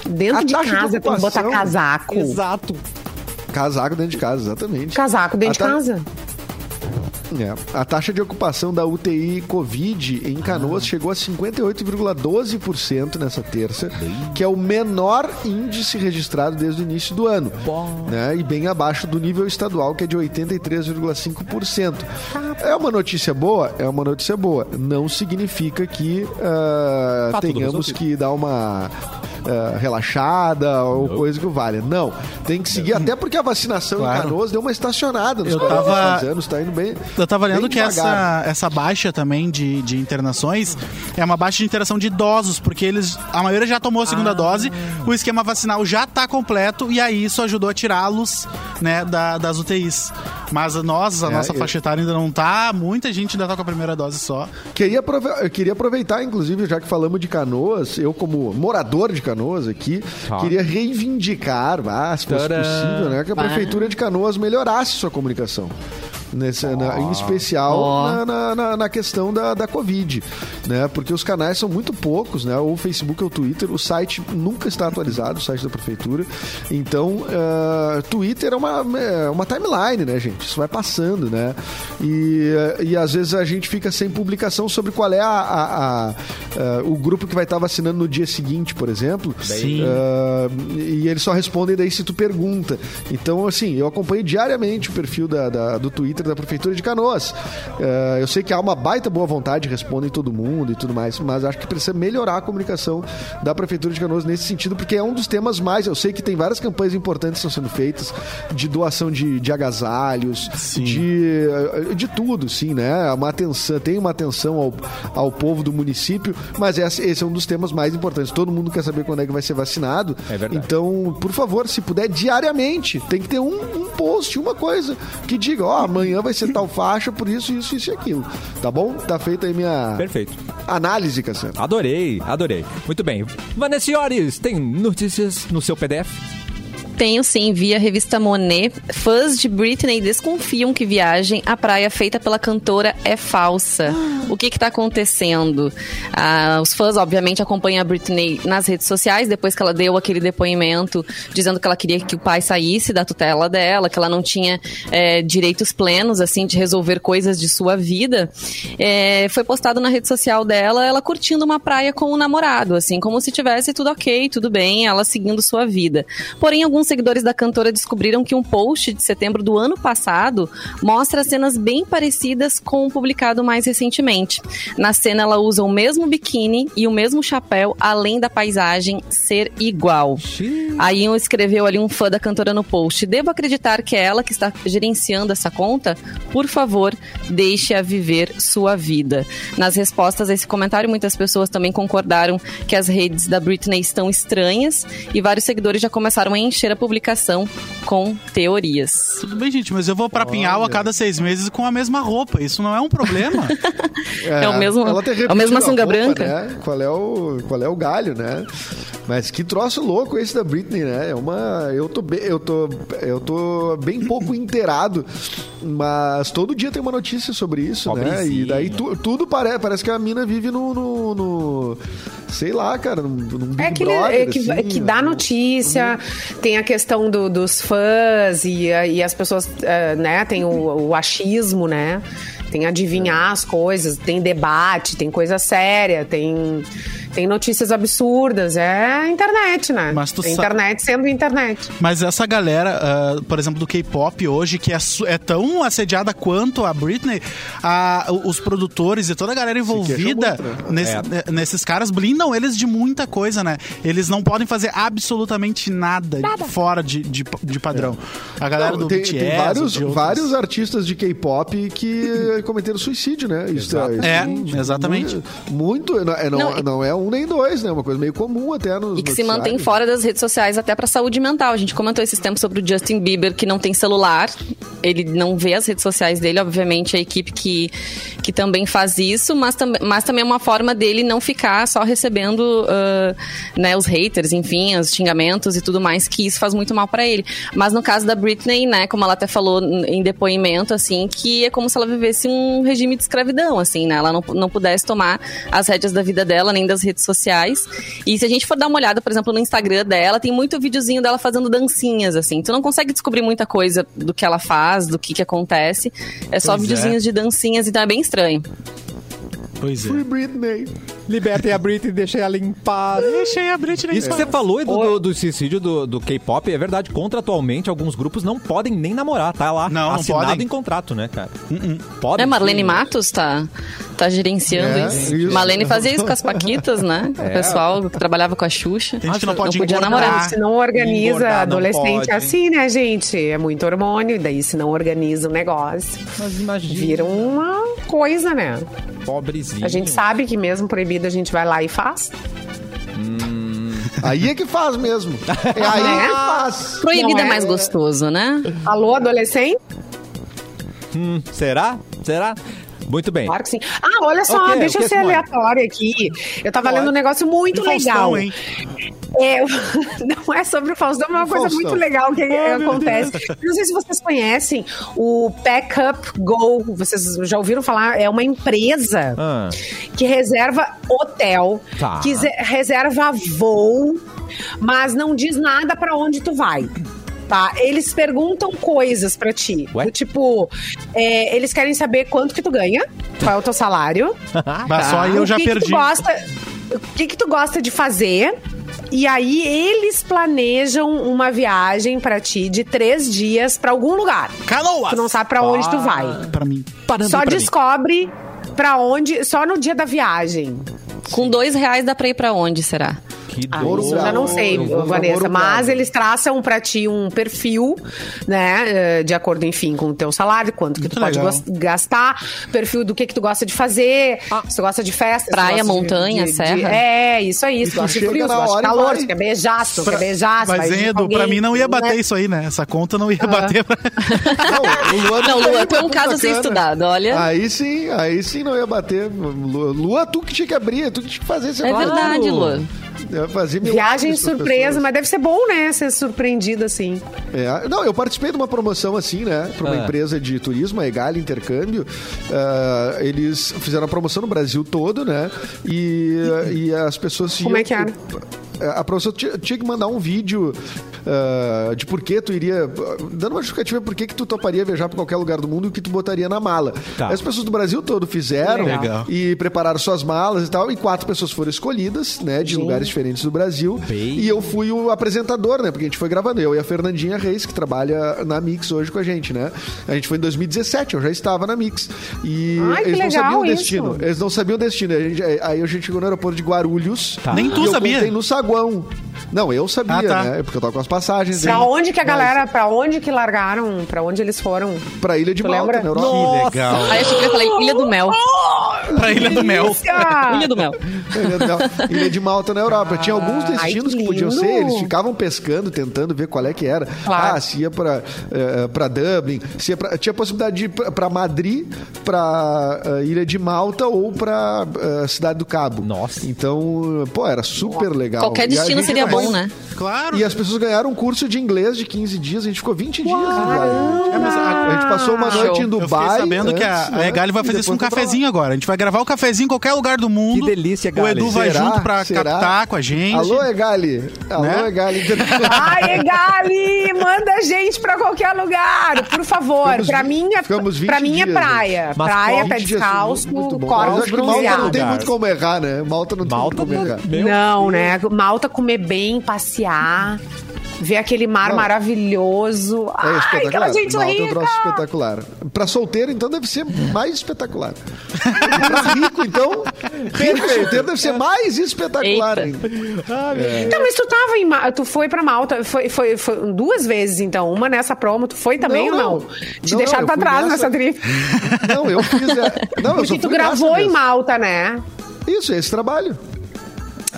[SPEAKER 3] Dentro
[SPEAKER 2] A
[SPEAKER 3] de
[SPEAKER 2] taxa de
[SPEAKER 3] casa tem que botar
[SPEAKER 2] ocupação-
[SPEAKER 3] casaco.
[SPEAKER 1] Exato.
[SPEAKER 2] Casaco dentro de casa, exatamente.
[SPEAKER 3] Casaco dentro de
[SPEAKER 2] A ta-
[SPEAKER 3] casa.
[SPEAKER 2] É. A taxa de ocupação da UTI Covid em Canoas chegou a 58,12% nessa terça, que é o menor índice registrado desde o início do ano. Né? E bem abaixo do nível estadual, que é de 83,5%. É uma notícia boa? É uma notícia boa. Não significa que ah,
[SPEAKER 1] Tá tudo
[SPEAKER 2] tenhamos
[SPEAKER 1] resolvido.
[SPEAKER 2] que dar uma. ah, relaxada ou coisa que valha. Não, tem que seguir, até porque a vacinação em
[SPEAKER 5] Claro.
[SPEAKER 2] Canoas deu uma estacionada nos
[SPEAKER 5] Eu
[SPEAKER 2] últimos
[SPEAKER 5] tava-
[SPEAKER 2] anos, tá indo bem.
[SPEAKER 5] Eu tava
[SPEAKER 2] Bem
[SPEAKER 5] lendo que
[SPEAKER 2] devagar.
[SPEAKER 5] essa, essa baixa também de, de internações é uma baixa de interação de idosos, porque eles a maioria já tomou a
[SPEAKER 2] Ah.
[SPEAKER 5] segunda dose, o esquema vacinal já tá completo e aí isso ajudou a tirá-los né, da- das UTIs. Mas nós, a nossa
[SPEAKER 2] É, eu-
[SPEAKER 5] faixa etária ainda não tá, muita gente ainda tá com a primeira dose só.
[SPEAKER 2] Queria aprove- eu queria aproveitar, inclusive, já que falamos de Canoas, eu como morador de Canoas aqui,
[SPEAKER 1] Tá.
[SPEAKER 2] queria reivindicar, ah, se fosse
[SPEAKER 1] Tcharam.
[SPEAKER 2] possível, né, que a Prefeitura de Canoas melhorasse sua comunicação. nesse- na- em especial na, na- na- na questão da, da Covid, né? Porque os canais são muito poucos, né? Ou o Facebook ou o Twitter, o site nunca está atualizado, o site da prefeitura. Então, ah, Twitter é uma, é uma timeline, né, gente? Isso vai passando, né? E, ah, e às vezes a gente fica sem publicação sobre qual é a, a- a- ah, o grupo que vai estar vacinando no dia seguinte, por exemplo.
[SPEAKER 5] Sim.
[SPEAKER 2] Ah, e eles só respondem daí se tu pergunta. Então, assim, eu acompanho diariamente o perfil da- da- do Twitter da Prefeitura de Canoas. Ah, eu sei que há uma baita boa vontade, respondem todo mundo e tudo mais, mas acho que precisa melhorar a comunicação da Prefeitura de Canoas nesse sentido, porque é um dos temas mais. Eu sei que tem várias campanhas importantes que estão sendo feitas de doação de, de agasalhos,
[SPEAKER 5] Sim.
[SPEAKER 2] de de, eh, de tudo, sim, né? Uma atenção, tem uma atenção ao, ao povo do município, mas esse, esse é um dos temas mais importantes. Todo mundo quer saber quando é que vai ser vacinado.
[SPEAKER 1] É verdade.
[SPEAKER 2] Então, por favor, se puder, diariamente, tem que ter um, um post, uma coisa que diga, ó, amanhã vai ser tal faixa, por isso, isso, isso e aquilo. Tá bom? Tá feita aí minha
[SPEAKER 1] Perfeito.
[SPEAKER 2] análise, Cassiano.
[SPEAKER 1] Adorei, adorei. Muito bem. Vanessiores, tem notícias no seu PDF?
[SPEAKER 4] Tenho sim, via revista Monet. Fãs de Britney desconfiam que viagem à praia feita pela cantora é falsa. O que está acontecendo? Ah, os fãs, obviamente, acompanham a Britney nas redes sociais, depois que ela deu aquele depoimento dizendo que ela queria que o pai saísse da tutela dela, que ela não tinha eh, direitos plenos, assim, de resolver coisas de sua vida. Eh, foi postado na rede social dela, ela curtindo uma praia com o namorado, assim, como se tivesse tudo ok, tudo bem, ela seguindo sua vida. Porém, alguns seguidores da cantora descobriram que um post de setembro do ano passado mostra cenas bem parecidas com o publicado mais recentemente. Na cena, ela usa o mesmo biquíni e o mesmo chapéu, além da paisagem ser igual. Aí um escreveu ali um fã da cantora no post. Devo acreditar que é ela que está gerenciando essa conta? Por favor, deixe-a viver sua vida. Nas respostas a esse comentário, muitas pessoas também concordaram que as redes da Britney estão estranhas e vários seguidores já começaram a encher a publicação com teorias.
[SPEAKER 5] Tudo bem, gente, mas eu vou pra Pinhal a cada seis meses com a mesma roupa. Isso não é um problema.
[SPEAKER 4] É o mesmo-
[SPEAKER 2] ela tem
[SPEAKER 4] é o mesmo
[SPEAKER 2] repetido a
[SPEAKER 4] sunga
[SPEAKER 2] roupa,
[SPEAKER 4] branca?
[SPEAKER 2] né? Qual é o qual é o galho, né? Mas que troço louco esse da Britney, né? É uma eu tô bem, eu tô eu tô bem pouco inteirado, mas todo dia tem uma notícia sobre isso, né?
[SPEAKER 1] Pobrezinha.
[SPEAKER 2] E daí tu- tudo parece parece que a mina vive no, no- no- sei lá, cara, num, num Big
[SPEAKER 3] É que, ele-
[SPEAKER 2] Brother,
[SPEAKER 3] é que,
[SPEAKER 2] assim,
[SPEAKER 3] é que dá
[SPEAKER 2] né?
[SPEAKER 3] notícia, tem a questão do- dos fãs e, a- e as pessoas, eh, né, tem o, o achismo, né? Tem adivinhar as coisas, tem debate, tem coisa séria, tem, tem notícias absurdas. É internet, né?
[SPEAKER 5] Mas tu
[SPEAKER 3] É
[SPEAKER 5] sa-
[SPEAKER 3] internet sendo internet.
[SPEAKER 5] Mas essa galera, ah, por exemplo, do K-pop hoje, que é, su- é tão assediada quanto a Britney, a- o- os produtores e toda a galera envolvida
[SPEAKER 2] queixam muito, né? É.
[SPEAKER 5] nesse- eh, nesses caras blindam eles de muita coisa, né? Eles não podem fazer absolutamente nada, fora de, de- de padrão. A galera
[SPEAKER 2] É. Não,
[SPEAKER 5] do
[SPEAKER 2] tem,
[SPEAKER 5] BTS...
[SPEAKER 2] tem vários,
[SPEAKER 5] de outros-
[SPEAKER 2] vários artistas de K-pop que cometeram suicídio, né? Isso, é-
[SPEAKER 5] Exatamente.
[SPEAKER 2] isso
[SPEAKER 5] É, exatamente.
[SPEAKER 2] Muito, muito- não, é- não-
[SPEAKER 4] Não, e-
[SPEAKER 2] não é um nem dois, né? É uma coisa meio comum até nos
[SPEAKER 4] E que se
[SPEAKER 2] noticiários.
[SPEAKER 4] mantém fora das redes sociais até pra saúde mental. A gente comentou esses tempos sobre o Justin Bieber, que não tem celular. Ele não vê as redes sociais dele, obviamente, a equipe que, que também faz isso, mas, tam mas também é uma forma dele não ficar só recebendo ah, né, os haters, enfim, os xingamentos e tudo mais, que isso faz muito mal pra ele. Mas no caso da Britney, né, como ela até falou n- em depoimento, assim, que é como se ela vivesse um regime de escravidão, assim, né? Ela não, não pudesse tomar as rédeas da vida dela, nem das redes sociais. E se a gente for dar uma olhada, por exemplo, no Instagram dela, tem muito videozinho dela fazendo dancinhas, assim. Tu não consegue descobrir muita coisa do que ela faz, do que que acontece. É só
[SPEAKER 5] Pois é.
[SPEAKER 4] videozinhos de dancinhas, então é bem estranho.
[SPEAKER 5] Pois é.
[SPEAKER 2] Free Britney.
[SPEAKER 1] Libertem a Britney, deixem ela em paz.
[SPEAKER 5] Deixei a Britney
[SPEAKER 1] Isso que você falou Edu, do, do suicídio do, do K-pop é verdade. Contratualmente, alguns grupos não podem nem namorar, tá lá
[SPEAKER 5] Não, não
[SPEAKER 1] assinado
[SPEAKER 5] podem.
[SPEAKER 1] em contrato, né, cara? Podem.
[SPEAKER 4] Né, Marlene
[SPEAKER 1] sim.
[SPEAKER 4] Matos tá, tá gerenciando
[SPEAKER 2] É,
[SPEAKER 4] isso.
[SPEAKER 2] isso.
[SPEAKER 4] Marlene fazia isso com as Paquitas, né? Com O pessoal que trabalhava com a Xuxa.
[SPEAKER 5] Tem gente que não pode
[SPEAKER 4] podia
[SPEAKER 5] engordar.
[SPEAKER 4] namorar.
[SPEAKER 5] Ah,
[SPEAKER 3] se não organiza
[SPEAKER 1] engordar não
[SPEAKER 3] adolescente
[SPEAKER 1] pode.
[SPEAKER 3] assim, né, gente? É muito hormônio, e daí se não organiza o negócio,
[SPEAKER 1] Mas imagina,
[SPEAKER 3] vira uma coisa, né?
[SPEAKER 1] pobrezinho.
[SPEAKER 3] A gente sabe que mesmo proibido a gente vai lá e faz.
[SPEAKER 2] Aí é que faz mesmo. É aí
[SPEAKER 3] Né?
[SPEAKER 2] que faz.
[SPEAKER 4] Proibida
[SPEAKER 3] Não
[SPEAKER 4] é
[SPEAKER 3] é?
[SPEAKER 4] mais gostoso, né?
[SPEAKER 3] Alô, adolescente?
[SPEAKER 1] Hum, será? Será? Muito bem.
[SPEAKER 3] Claro que sim. Ah, olha só,
[SPEAKER 1] Ok, o
[SPEAKER 3] deixa
[SPEAKER 1] que
[SPEAKER 3] eu ser
[SPEAKER 1] Simone?
[SPEAKER 3] aleatória aqui. Eu tava
[SPEAKER 1] Pode.
[SPEAKER 3] lendo um negócio muito
[SPEAKER 5] E Faustão,
[SPEAKER 3] legal.
[SPEAKER 5] hein?
[SPEAKER 3] É, não é sobre o Faustão, mas é uma coisa
[SPEAKER 2] Faustão.
[SPEAKER 3] muito legal que acontece. Não sei se vocês conhecem o Pack Up Go. Vocês já ouviram falar? É uma empresa
[SPEAKER 1] Ah.
[SPEAKER 3] que reserva hotel,
[SPEAKER 5] Ah.
[SPEAKER 1] Tá.
[SPEAKER 3] que ze- reserva voo, mas não diz nada pra onde tu vai. Tá, eles perguntam coisas pra ti.
[SPEAKER 1] Ué?
[SPEAKER 3] Do Tipo, é, eles querem saber quanto que tu ganha, qual é o teu salário. tá?
[SPEAKER 5] Mas Ah, só aí eu
[SPEAKER 3] Ah. O
[SPEAKER 5] já
[SPEAKER 3] que que tu
[SPEAKER 5] perdi.
[SPEAKER 3] gosta- o que, que tu gosta de fazer? E aí eles planejam uma viagem pra ti de três dias pra algum lugar.
[SPEAKER 5] Canoas!
[SPEAKER 3] Tu não sabe pra onde tu vai.
[SPEAKER 5] Pra mim.
[SPEAKER 3] Só descobre pra onde, só no dia da viagem.
[SPEAKER 4] Com dois reais dá pra ir pra onde, será?
[SPEAKER 1] Que
[SPEAKER 3] Ah,
[SPEAKER 1] dor.
[SPEAKER 3] isso eu já não sei,
[SPEAKER 2] Eu vou
[SPEAKER 3] Vanessa.
[SPEAKER 2] namorar.
[SPEAKER 3] Mas eles traçam pra ti um perfil, né? eh, De acordo, enfim, com o teu salário, quanto que
[SPEAKER 5] Muito
[SPEAKER 3] tu pode
[SPEAKER 5] legal.
[SPEAKER 3] gos- gastar, perfil do que que tu gosta de fazer, se tu gosta de festa, se tu
[SPEAKER 4] Ah.
[SPEAKER 3] gosta
[SPEAKER 4] Praia,
[SPEAKER 3] de-
[SPEAKER 4] montanha,
[SPEAKER 3] de- de-
[SPEAKER 4] serra.
[SPEAKER 3] é, isso aí.
[SPEAKER 2] E
[SPEAKER 3] Se tu
[SPEAKER 2] tu
[SPEAKER 3] gosta de
[SPEAKER 2] chega
[SPEAKER 3] frio, se
[SPEAKER 2] na
[SPEAKER 3] tu gosta
[SPEAKER 2] hora
[SPEAKER 3] de
[SPEAKER 2] e
[SPEAKER 3] calor,
[SPEAKER 2] vai.
[SPEAKER 3] se tu quer beijar, se tu quer beijar. se vai
[SPEAKER 5] Mas,
[SPEAKER 3] junto com
[SPEAKER 5] Edu, pra
[SPEAKER 3] alguém,
[SPEAKER 5] mim não ia bater
[SPEAKER 3] né? Ah.
[SPEAKER 5] isso aí, né? Essa conta não ia bater. pra-
[SPEAKER 2] Não, o Luan
[SPEAKER 4] Não, Luan,
[SPEAKER 2] ia
[SPEAKER 4] tu é um
[SPEAKER 2] pra
[SPEAKER 4] caso né? a
[SPEAKER 2] Punta
[SPEAKER 4] ser
[SPEAKER 2] Cana.
[SPEAKER 4] estudado, olha.
[SPEAKER 2] Aí sim, aí sim não ia bater. Lua, Lua, tu que tinha que abrir, tu que tinha que fazer esse
[SPEAKER 4] É verdade, Lua.
[SPEAKER 2] Eu fazia milagres
[SPEAKER 3] Viagem
[SPEAKER 2] pras
[SPEAKER 3] surpresa,
[SPEAKER 2] pessoas.
[SPEAKER 3] mas deve ser bom, né? Ser surpreendido assim.
[SPEAKER 2] É, não, eu participei de uma promoção assim, né? Pra uma
[SPEAKER 1] Ah.
[SPEAKER 2] empresa de turismo, a Egal Intercâmbio. Ah, eles fizeram a promoção no Brasil todo, né? E, e as pessoas...
[SPEAKER 3] Como
[SPEAKER 2] iam-
[SPEAKER 3] é que era?
[SPEAKER 2] A professora ti- tinha que mandar um vídeo ah, de por que tu iria... Dando uma justificativa por que que tu toparia viajar pra qualquer lugar do mundo e o que tu botaria na mala.
[SPEAKER 1] Tá.
[SPEAKER 2] As pessoas do Brasil todo fizeram
[SPEAKER 5] Legal.
[SPEAKER 2] e prepararam suas malas e tal. E quatro pessoas foram escolhidas, né? De lugares diferentes do Brasil.
[SPEAKER 1] Bem.
[SPEAKER 2] E eu fui o apresentador, né? Porque a gente foi gravando. Eu e a Fernandinha Reis, que trabalha na Mix hoje com a gente, né? A gente foi em 2017, eu já estava na Mix. E
[SPEAKER 3] Ai, que
[SPEAKER 2] eles não
[SPEAKER 3] legal
[SPEAKER 2] sabiam o
[SPEAKER 3] isso.
[SPEAKER 2] destino. Eles não sabiam o destino. A gente- é, aí a gente chegou no aeroporto de Guarulhos.
[SPEAKER 1] Tá.
[SPEAKER 5] Nem tu
[SPEAKER 2] e eu
[SPEAKER 5] sabia.
[SPEAKER 2] contei no saguão. Não, eu sabia,
[SPEAKER 5] Ah, tá.
[SPEAKER 2] né? Porque eu tava com as passagens.
[SPEAKER 3] Pra
[SPEAKER 2] né?
[SPEAKER 3] onde que a
[SPEAKER 2] Mas
[SPEAKER 3] galera, pra onde que largaram, pra onde eles foram?
[SPEAKER 2] Pra Ilha de
[SPEAKER 3] Tu
[SPEAKER 2] Malta,
[SPEAKER 3] lembra?
[SPEAKER 2] na Europa.
[SPEAKER 5] Que legal.
[SPEAKER 4] Aí eu cheguei e falei, Ilha do Mel.
[SPEAKER 5] pra Ilha do Mel.
[SPEAKER 1] é
[SPEAKER 3] Delícia!
[SPEAKER 4] Ilha do Mel.
[SPEAKER 2] Ilha é de Malta- Ilha de Malta na Europa. Tinha
[SPEAKER 4] Ah,
[SPEAKER 2] alguns destinos que
[SPEAKER 3] ai, que
[SPEAKER 2] podiam
[SPEAKER 3] lindo.
[SPEAKER 2] ser, eles ficavam pescando, tentando ver qual é que era.
[SPEAKER 3] Claro.
[SPEAKER 2] Ah, se ia pra, eh, pra Dublin, se ia pra- tinha a possibilidade de ir pra, pra Madrid, pra eh, Ilha de Malta ou pra eh, Cidade do Cabo.
[SPEAKER 1] Nossa.
[SPEAKER 2] Então, pô, era super legal. E
[SPEAKER 4] Qualquer
[SPEAKER 2] a
[SPEAKER 4] destino
[SPEAKER 2] gente
[SPEAKER 4] seria
[SPEAKER 2] ganhou-
[SPEAKER 4] bom, né?
[SPEAKER 5] Claro.
[SPEAKER 2] E as pessoas ganharam um curso de inglês de 15 dias, a gente ficou 20 dias. lá.
[SPEAKER 5] É, mas a-
[SPEAKER 2] A gente passou uma
[SPEAKER 4] Show.
[SPEAKER 2] noite em
[SPEAKER 5] Eu fiquei
[SPEAKER 2] Dubai.
[SPEAKER 5] sabendo que a,
[SPEAKER 2] antes,
[SPEAKER 5] a
[SPEAKER 2] né?
[SPEAKER 5] Egali vai
[SPEAKER 2] E
[SPEAKER 5] fazer isso com um
[SPEAKER 2] depois foi pra lá.
[SPEAKER 5] cafezinho agora. A gente vai gravar o cafezinho em qualquer lugar do mundo.
[SPEAKER 1] Que delícia,
[SPEAKER 5] O
[SPEAKER 1] Egali.
[SPEAKER 5] Edu vai
[SPEAKER 2] Será?
[SPEAKER 5] junto pra
[SPEAKER 2] Será?
[SPEAKER 5] captar com a gente.
[SPEAKER 2] Alô, Egali. Alô, é
[SPEAKER 5] Né?
[SPEAKER 2] Egali.
[SPEAKER 3] Ai, Egali, manda a gente pra qualquer lugar, por favor.
[SPEAKER 2] Ficamos
[SPEAKER 3] pra
[SPEAKER 2] vi-
[SPEAKER 3] mim é,
[SPEAKER 2] ficamos 20
[SPEAKER 3] pra mim é
[SPEAKER 2] dias, né?
[SPEAKER 3] praia.
[SPEAKER 1] Mas
[SPEAKER 3] praia,
[SPEAKER 1] qual-
[SPEAKER 3] pé
[SPEAKER 2] 20 dias,
[SPEAKER 3] descalço,
[SPEAKER 2] assim, muito bom. Mas
[SPEAKER 3] corpos
[SPEAKER 2] acho que Malta não
[SPEAKER 3] bronzeados.
[SPEAKER 2] tem
[SPEAKER 1] bronzeado.
[SPEAKER 2] muito como errar, né? Malta não
[SPEAKER 1] Malta
[SPEAKER 2] tem muito como errar.
[SPEAKER 1] Meu
[SPEAKER 3] Não, né? Malta comer bem, passear, ver aquele mar
[SPEAKER 2] Não.
[SPEAKER 3] maravilhoso.
[SPEAKER 2] É
[SPEAKER 3] Ai,
[SPEAKER 2] espetacular.
[SPEAKER 3] aquela gente
[SPEAKER 2] Malta é um
[SPEAKER 3] rica.
[SPEAKER 2] troço espetacular. Pra solteiro, então, deve ser mais espetacular. E pra rico, então, rico solteiro deve ser mais espetacular.
[SPEAKER 4] Eita.
[SPEAKER 2] ainda.
[SPEAKER 3] Então, mas tu tava em Ma- tu foi pra Malta, foi, foi, foi duas vezes então, uma nessa promo, tu foi também
[SPEAKER 2] Não,
[SPEAKER 3] ou não?
[SPEAKER 2] não.
[SPEAKER 3] Te
[SPEAKER 2] Não,
[SPEAKER 3] deixaram
[SPEAKER 2] não,
[SPEAKER 3] pra
[SPEAKER 2] eu fui
[SPEAKER 3] trás
[SPEAKER 2] nessa-
[SPEAKER 3] nessa trip.
[SPEAKER 2] Não, eu fiz... É... Não, eu só
[SPEAKER 3] Porque tu
[SPEAKER 2] fui nessa
[SPEAKER 3] gravou em
[SPEAKER 2] mesmo.
[SPEAKER 3] Malta, né?
[SPEAKER 2] Isso, é esse trabalho.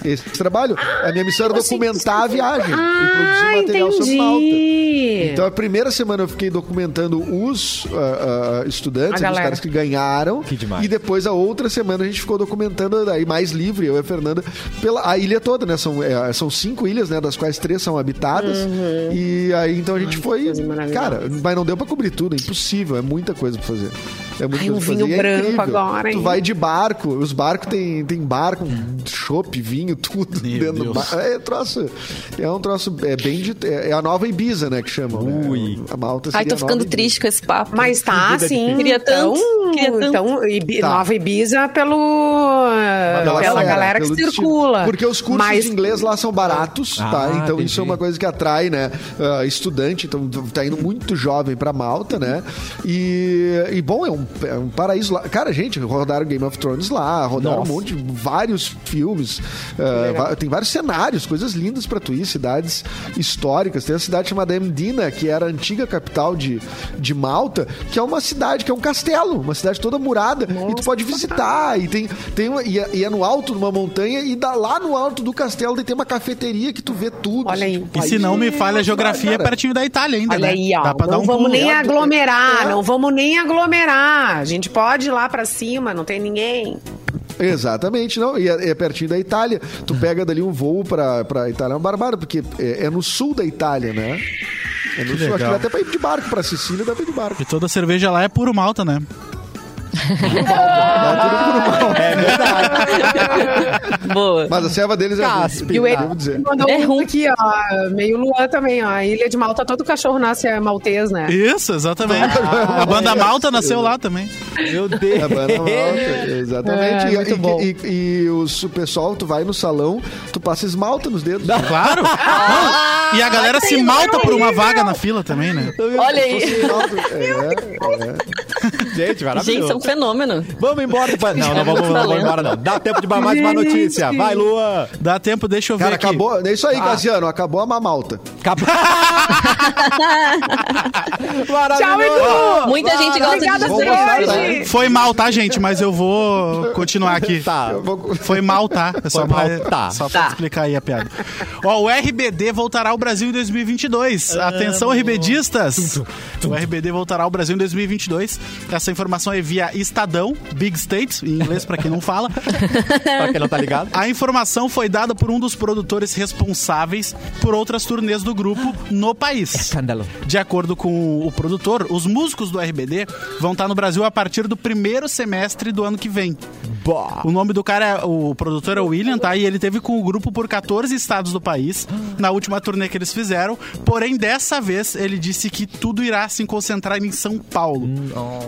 [SPEAKER 2] Esse trabalho. É A minha missão era documentar a viagem e produzir
[SPEAKER 3] Ah,
[SPEAKER 2] material sobre Malta.
[SPEAKER 3] entendi.
[SPEAKER 2] Então, a primeira semana eu fiquei documentando os ah, ah, estudantes,
[SPEAKER 3] A
[SPEAKER 2] os
[SPEAKER 3] galera.
[SPEAKER 2] caras que ganharam.
[SPEAKER 1] Que demais.
[SPEAKER 2] E depois, a outra semana, a gente ficou documentando, aí mais livre, eu e a Fernanda, pela, a ilha toda, né? São, é, são cinco ilhas, né? Das quais três são habitadas. E aí, então, a gente foi...
[SPEAKER 3] Uhum. coisa maravilhosa.
[SPEAKER 2] Cara, mas não deu pra cobrir tudo, é impossível. É muita coisa pra fazer. É muita coisa
[SPEAKER 3] Ai, um
[SPEAKER 2] pra fazer.
[SPEAKER 3] vinho
[SPEAKER 2] e é
[SPEAKER 3] branco
[SPEAKER 2] incrível.
[SPEAKER 3] agora,
[SPEAKER 2] Tu
[SPEAKER 3] hein?
[SPEAKER 2] vai de barco, os barcos tem, tem barco, um chopp, vinho, tudo
[SPEAKER 5] Meu
[SPEAKER 2] dentro do
[SPEAKER 5] Deus.
[SPEAKER 2] barco. É troço. É um troço é bem de. É é a nova Ibiza, né? Que chamam. né?
[SPEAKER 1] Ui.
[SPEAKER 2] A malta
[SPEAKER 4] Ai,
[SPEAKER 2] seria
[SPEAKER 4] tô
[SPEAKER 2] a
[SPEAKER 4] ficando
[SPEAKER 2] nova
[SPEAKER 4] triste com esse papo.
[SPEAKER 3] Mas tá,
[SPEAKER 1] Vida
[SPEAKER 3] sim.
[SPEAKER 1] difícil.
[SPEAKER 4] Queria tanto,
[SPEAKER 3] Então,
[SPEAKER 4] queria tanto.
[SPEAKER 3] então Ibi-
[SPEAKER 2] Tá.
[SPEAKER 3] Nova Ibiza pelo, pela, galera, que
[SPEAKER 2] pelo destino.
[SPEAKER 3] circula.
[SPEAKER 2] Porque os cursos
[SPEAKER 3] Mas-
[SPEAKER 2] de inglês lá são baratos,
[SPEAKER 1] Ah,
[SPEAKER 2] tá? Então
[SPEAKER 1] entendi.
[SPEAKER 2] isso é uma coisa que atrai, né? ah, estudante, então tá indo muito jovem pra Malta, né? E, e bom, é um, é um paraíso lá. Cara, gente, rodaram Game of Thrones lá, rodaram
[SPEAKER 1] Nossa.
[SPEAKER 2] um monte de vários filmes. ah, va- tem vários cenários, coisas lindas pra tu ir, cidades históricas. Tem a cidade chamada Emdina, que era a antiga capital de, de Malta, que é uma cidade, que é um castelo, uma cidade toda murada. E tu pode visitar, e tem, tem uma- e, é, e é no alto de uma montanha, e dá lá no alto do castelo daí tem uma cafeteria que tu vê tudo.
[SPEAKER 3] Olha aí.
[SPEAKER 5] E se não me falha a geografia, é
[SPEAKER 2] para
[SPEAKER 5] pertinho da Itália ainda,
[SPEAKER 3] Olha
[SPEAKER 5] né?
[SPEAKER 3] aí, ó.
[SPEAKER 5] Dá pra dar
[SPEAKER 3] não
[SPEAKER 5] um
[SPEAKER 3] vamos
[SPEAKER 5] pulo.
[SPEAKER 3] nem aglomerar,
[SPEAKER 2] É.
[SPEAKER 3] não vamos nem aglomerar. A gente pode ir lá pra cima, não tem ninguém.
[SPEAKER 2] Exatamente, não. E é, é pertinho da Itália. Tu pega dali um voo pra, pra Itália, é uma barbada, porque é, é no sul da Itália, né? É no
[SPEAKER 5] Que
[SPEAKER 2] sul. Acho que
[SPEAKER 5] legal.
[SPEAKER 2] dá até pra ir de barco pra Sicília, dá pra ir de barco.
[SPEAKER 5] E toda cerveja lá é puro malta, né? Ah,
[SPEAKER 2] Dá
[SPEAKER 5] é
[SPEAKER 2] tudo por mal.
[SPEAKER 4] Boa.
[SPEAKER 2] Mas a serva deles é ruim,
[SPEAKER 3] Cássio, e o
[SPEAKER 2] devo dizer.
[SPEAKER 3] Eric mandou
[SPEAKER 4] É
[SPEAKER 3] um
[SPEAKER 4] ruim.
[SPEAKER 3] aqui, ó. Meio Luan também, ó. A Ilha de Malta, todo cachorro nasce é maltês, né?
[SPEAKER 5] Isso, exatamente. a banda malta nasceu lá também.
[SPEAKER 1] Meu Deus.
[SPEAKER 2] É, banana malta, exatamente.
[SPEAKER 3] É,
[SPEAKER 2] E-
[SPEAKER 3] muito bom.
[SPEAKER 2] e, e, e os- o pessoal, tu vai no salão, tu passa esmalta nos dedos.
[SPEAKER 5] Claro. Não, E a
[SPEAKER 3] Ah,
[SPEAKER 5] galera se malta por uma vaga na fila também, né?
[SPEAKER 4] Olha aí.
[SPEAKER 2] Esmalta, é, é.
[SPEAKER 1] Gente, é maravilhoso.
[SPEAKER 4] Gente, são um fenômeno.
[SPEAKER 1] Vamos embora. pra- Não, não vamos, não vamos embora, não. Dá tempo de mais uma
[SPEAKER 3] Gente.
[SPEAKER 1] notícia. Vai, Luan.
[SPEAKER 5] Dá tempo, deixa eu ver
[SPEAKER 2] Cara,
[SPEAKER 5] aqui.
[SPEAKER 2] acabou. É isso aí,
[SPEAKER 3] Ah.
[SPEAKER 2] Gaziano. Acabou a mamalta.
[SPEAKER 1] Acabou.
[SPEAKER 3] Tchau,
[SPEAKER 1] Maravilhoso.
[SPEAKER 3] Edu!
[SPEAKER 4] Muita gente gosta
[SPEAKER 3] Obrigada
[SPEAKER 4] de
[SPEAKER 3] por
[SPEAKER 2] gostar,
[SPEAKER 3] hoje!
[SPEAKER 5] Foi mal, tá, gente? Mas eu vou continuar aqui.
[SPEAKER 1] Tá.
[SPEAKER 2] Eu vou-
[SPEAKER 5] Foi mal, tá? É só
[SPEAKER 1] Foi mal,
[SPEAKER 5] pra,
[SPEAKER 1] tá.
[SPEAKER 5] Só pra
[SPEAKER 4] Tá.
[SPEAKER 5] explicar aí a piada. Ó, o RBD voltará ao Brasil em 2022. Atenção, RBDistas! O RBD voltará ao Brasil em 2022. Essa informação é via Estadão, Big States, em inglês pra quem não fala.
[SPEAKER 1] Pra quem não tá ligado.
[SPEAKER 5] A informação foi dada por um dos produtores responsáveis por outras turnês do grupo no país.
[SPEAKER 1] Escândalo.
[SPEAKER 5] De acordo com o produtor, os músicos do RBD vão estar no Brasil a partir do primeiro semestre do ano que vem.
[SPEAKER 1] Boa.
[SPEAKER 5] O nome do cara, é, o produtor é o William, tá? E ele teve com o grupo por 14 estados do país na última turnê que eles fizeram. Porém, dessa vez, ele disse que tudo irá se concentrar em São Paulo.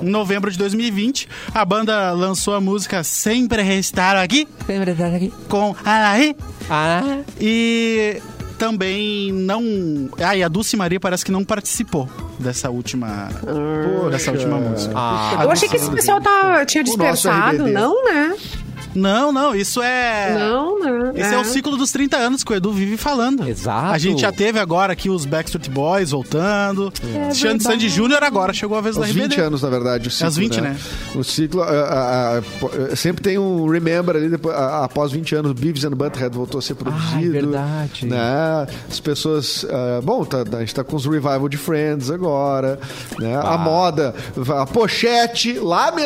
[SPEAKER 5] Em novembro de 2020, a banda lançou a música Sempre Restar Aqui. Sempre Restar Aqui. Com Anaí.
[SPEAKER 1] Ah,
[SPEAKER 5] E também não... Ah, e a Dulce Maria parece que não participou dessa última, dessa última música.
[SPEAKER 1] Ah,
[SPEAKER 5] A
[SPEAKER 3] Eu achei que
[SPEAKER 5] Dulce
[SPEAKER 3] esse pessoal
[SPEAKER 5] Maria.
[SPEAKER 3] tá, tinha
[SPEAKER 2] nosso
[SPEAKER 3] dispersado.
[SPEAKER 2] RBD.
[SPEAKER 3] Não, né?
[SPEAKER 5] Não, não, isso é...
[SPEAKER 3] Não, né?
[SPEAKER 5] Esse é. o ciclo dos 30 anos que o Edu vive falando.
[SPEAKER 1] Exato.
[SPEAKER 5] A gente já teve agora aqui os Backstreet Boys voltando.
[SPEAKER 3] É
[SPEAKER 5] Xande Sandy Júnior agora chegou a vez da
[SPEAKER 2] Aos 20
[SPEAKER 5] RBD.
[SPEAKER 2] anos, na verdade, o ciclo.
[SPEAKER 5] Aos 20, né?
[SPEAKER 2] O ciclo. ah, ah, ah, po- eh, sempre tem um remember ali depois, ah, ah, após 20 anos. Beavis and Butthead voltou a
[SPEAKER 5] Ah,
[SPEAKER 2] ser produzido.
[SPEAKER 1] é verdade.
[SPEAKER 2] Né? As pessoas. ah, bom, tá- a gente tá com os revival de Friends agora. Né?
[SPEAKER 5] Ah.
[SPEAKER 2] A moda. A pochete,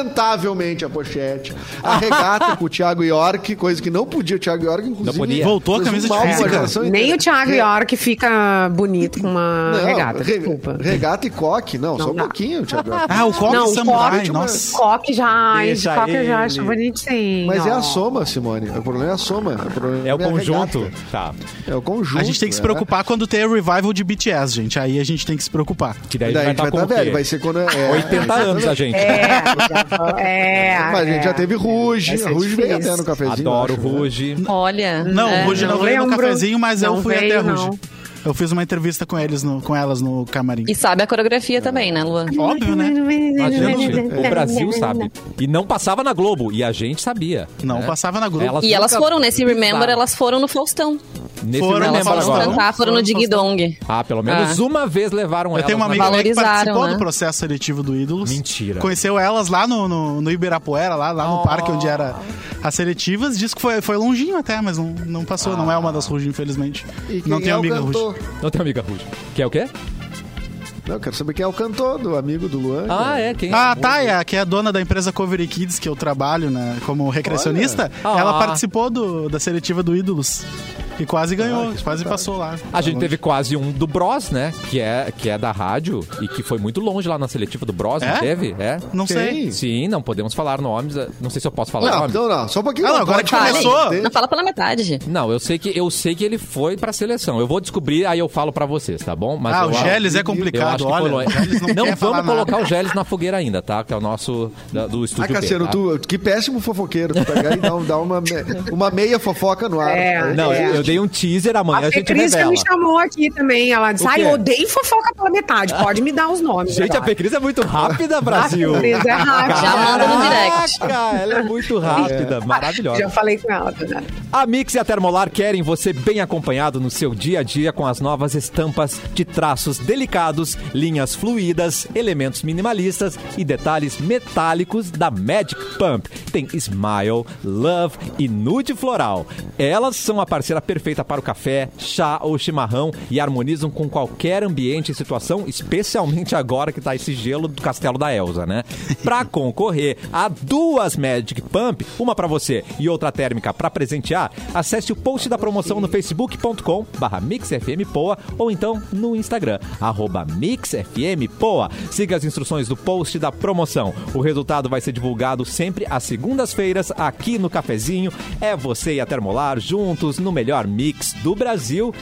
[SPEAKER 2] lamentavelmente a pochete. A regata com o Thiago York, coisa que não podia. O Thiago York, inclusive.
[SPEAKER 1] podia.
[SPEAKER 5] Voltou a
[SPEAKER 2] fez um
[SPEAKER 5] camisa de
[SPEAKER 2] mal pra
[SPEAKER 5] física.
[SPEAKER 2] geração
[SPEAKER 3] É, Nem
[SPEAKER 2] inteira.
[SPEAKER 3] o Thiago
[SPEAKER 2] é, Re-
[SPEAKER 3] York fica bonito com uma
[SPEAKER 2] Não,
[SPEAKER 3] regata,
[SPEAKER 2] re-
[SPEAKER 3] desculpa.
[SPEAKER 2] Regata e coque, não, só um
[SPEAKER 3] dá.
[SPEAKER 2] pouquinho, Thiago York.
[SPEAKER 5] Ah, o Coque
[SPEAKER 3] Não, o
[SPEAKER 5] Samurai,
[SPEAKER 3] Coque-
[SPEAKER 5] nossa.
[SPEAKER 3] Coque já, ai,
[SPEAKER 1] Deixa
[SPEAKER 3] coque eu já acho
[SPEAKER 1] ele.
[SPEAKER 3] bonitinho.
[SPEAKER 2] Mas é
[SPEAKER 3] ó.
[SPEAKER 2] a soma, Simone. O problema é a soma. O problema
[SPEAKER 1] É o
[SPEAKER 2] a
[SPEAKER 1] conjunto.
[SPEAKER 2] regata.
[SPEAKER 1] Tá.
[SPEAKER 2] É o conjunto.
[SPEAKER 5] A gente tem que se
[SPEAKER 2] né?
[SPEAKER 5] preocupar quando tem o revival de BTS, gente. Aí a gente tem que se preocupar.
[SPEAKER 1] Que
[SPEAKER 2] Daí
[SPEAKER 1] daí,
[SPEAKER 2] a gente
[SPEAKER 1] vai
[SPEAKER 2] vai estar
[SPEAKER 1] estar tá
[SPEAKER 2] velho,
[SPEAKER 1] velho.
[SPEAKER 2] vai ser quando. É,
[SPEAKER 1] 80 anos a gente.
[SPEAKER 3] É, já- é.
[SPEAKER 2] Mas a gente já
[SPEAKER 3] é.
[SPEAKER 2] teve Ruge.
[SPEAKER 3] Vai ser
[SPEAKER 2] Ruge veio
[SPEAKER 3] difícil.
[SPEAKER 2] até no cafezinho.
[SPEAKER 1] Adoro
[SPEAKER 2] eu acho, né?
[SPEAKER 1] Ruge.
[SPEAKER 4] Olha.
[SPEAKER 5] Não,
[SPEAKER 4] é.
[SPEAKER 5] o Ruge não,
[SPEAKER 3] não
[SPEAKER 5] veio no
[SPEAKER 3] lembro.
[SPEAKER 5] cafezinho, mas eu
[SPEAKER 3] Não
[SPEAKER 5] fui
[SPEAKER 3] veio,
[SPEAKER 5] até a
[SPEAKER 3] não.
[SPEAKER 5] Ruge. Eu fiz uma entrevista com eles no, com elas no camarim.
[SPEAKER 4] E sabe a coreografia também, né, Luan?
[SPEAKER 5] Óbvio, né?
[SPEAKER 1] A gente, o Brasil sabe. E não passava na Globo. E a gente sabia.
[SPEAKER 5] Não passava na grupo.
[SPEAKER 1] Elas
[SPEAKER 4] E elas
[SPEAKER 1] nunca-
[SPEAKER 4] foram nesse Remember,
[SPEAKER 1] Claro.
[SPEAKER 4] elas foram no Faustão.
[SPEAKER 1] Nesse
[SPEAKER 5] Foram,
[SPEAKER 1] não
[SPEAKER 4] Elas
[SPEAKER 1] lembro
[SPEAKER 5] Faustão.
[SPEAKER 4] foram
[SPEAKER 1] agora.
[SPEAKER 4] cantar, foram no Dig Dong.
[SPEAKER 1] Ah, pelo menos
[SPEAKER 4] Ah.
[SPEAKER 1] uma vez levaram
[SPEAKER 5] Eu
[SPEAKER 1] elas
[SPEAKER 5] tenho uma
[SPEAKER 1] na
[SPEAKER 5] amiga minha que
[SPEAKER 4] Valorizaram,
[SPEAKER 5] participou
[SPEAKER 4] né?
[SPEAKER 5] do processo seletivo do Ídolos.
[SPEAKER 1] Mentira.
[SPEAKER 5] Conheceu elas lá no, no, no Ibirapuera, lá, lá no parque onde era as seletivas. Diz que foi, foi longinho até, mas não, não passou. Não é uma das Ruge, infelizmente.
[SPEAKER 2] E quem
[SPEAKER 5] Não tem
[SPEAKER 2] é o
[SPEAKER 5] amiga
[SPEAKER 2] cantor?
[SPEAKER 5] Ruge.
[SPEAKER 1] Não tem amiga Ruge. Que é o quê?
[SPEAKER 2] Não, eu quero saber quem é o cantor do amigo do Luan.
[SPEAKER 1] Ah,
[SPEAKER 2] cara.
[SPEAKER 1] é. Quem?
[SPEAKER 5] Ah, a Taya, que é a dona da empresa Covery Kids, que eu trabalho né, como recreacionista,
[SPEAKER 1] Olha.
[SPEAKER 5] ela
[SPEAKER 1] Ah.
[SPEAKER 5] participou do- da seletiva do Ídolos. E quase
[SPEAKER 2] Ah,
[SPEAKER 5] ganhou, quase passou lá.
[SPEAKER 1] A gente teve quase um do Bros, né? Que é, que é da rádio e que foi muito longe lá na seletiva do Bros, não
[SPEAKER 5] É?
[SPEAKER 1] teve? É.
[SPEAKER 5] Não sei.
[SPEAKER 2] Quem?
[SPEAKER 1] Sim, não podemos falar nomes. Não sei se eu posso falar
[SPEAKER 2] Não,
[SPEAKER 1] nomes.
[SPEAKER 2] então não, só um pouquinho.
[SPEAKER 5] Ah, não, agora
[SPEAKER 2] pode
[SPEAKER 5] que
[SPEAKER 2] falar.
[SPEAKER 5] começou.
[SPEAKER 2] Tem-
[SPEAKER 4] Não fala pela metade.
[SPEAKER 1] Não, eu sei que eu sei que ele foi pra seleção. Eu vou descobrir, aí eu falo pra vocês, tá bom? Mas
[SPEAKER 5] Ah,
[SPEAKER 1] eu
[SPEAKER 5] o
[SPEAKER 1] acho-
[SPEAKER 5] Geles é
[SPEAKER 1] eu acho
[SPEAKER 5] complicado,
[SPEAKER 1] que foi
[SPEAKER 5] olha. o
[SPEAKER 1] longe.
[SPEAKER 5] Geles
[SPEAKER 1] Não
[SPEAKER 5] quer
[SPEAKER 1] vamos
[SPEAKER 5] falar
[SPEAKER 1] colocar
[SPEAKER 5] nada.
[SPEAKER 1] o Geles na fogueira ainda, tá? Que é o nosso da- do
[SPEAKER 2] Ah,
[SPEAKER 1] estúdio. B,
[SPEAKER 2] Cassiano,
[SPEAKER 1] tá?
[SPEAKER 2] tu, que péssimo fofoqueiro. Tu pegar e dar, um- dar uma, me- uma meia fofoca no ar.
[SPEAKER 3] É.
[SPEAKER 1] Não,
[SPEAKER 3] É.
[SPEAKER 1] eu eu dei um teaser amanhã, a,
[SPEAKER 3] A Fê
[SPEAKER 1] gente
[SPEAKER 3] Cris que
[SPEAKER 1] revela.
[SPEAKER 3] me chamou aqui também. Ela disse:
[SPEAKER 1] O
[SPEAKER 3] Ai,
[SPEAKER 1] quê?
[SPEAKER 3] eu odeio fofoca pela metade. Pode me dar os nomes.
[SPEAKER 1] Gente, a
[SPEAKER 3] agora."
[SPEAKER 1] Pecris é muito rápida, Brasil.
[SPEAKER 3] A Fê Cris é rápida.
[SPEAKER 4] Já manda no direct.
[SPEAKER 1] Caraca, ela é muito rápida, maravilhosa.
[SPEAKER 3] Já falei com ela. né?
[SPEAKER 1] A Mix e a Termolar querem você bem acompanhado no seu dia a dia com as novas estampas de traços delicados, linhas fluídas, elementos minimalistas e detalhes metálicos da Magic Pump. Tem Smile, Love e Nude Floral. Elas são a parceira perfeita perfeita para o café, chá ou chimarrão e harmonizam com qualquer ambiente e situação, especialmente agora que tá esse gelo do castelo da Elsa, né? Para concorrer a duas Magic Pump, uma para você e outra térmica para presentear, acesse o post da promoção no facebook.com barra mixfmpoa ou então no Instagram, arroba mixfmpoa. Siga as instruções do post da promoção. O resultado vai ser divulgado sempre às segundas-feiras aqui no Cafezinho. É você e a Termolar juntos no melhor mix do Brasil.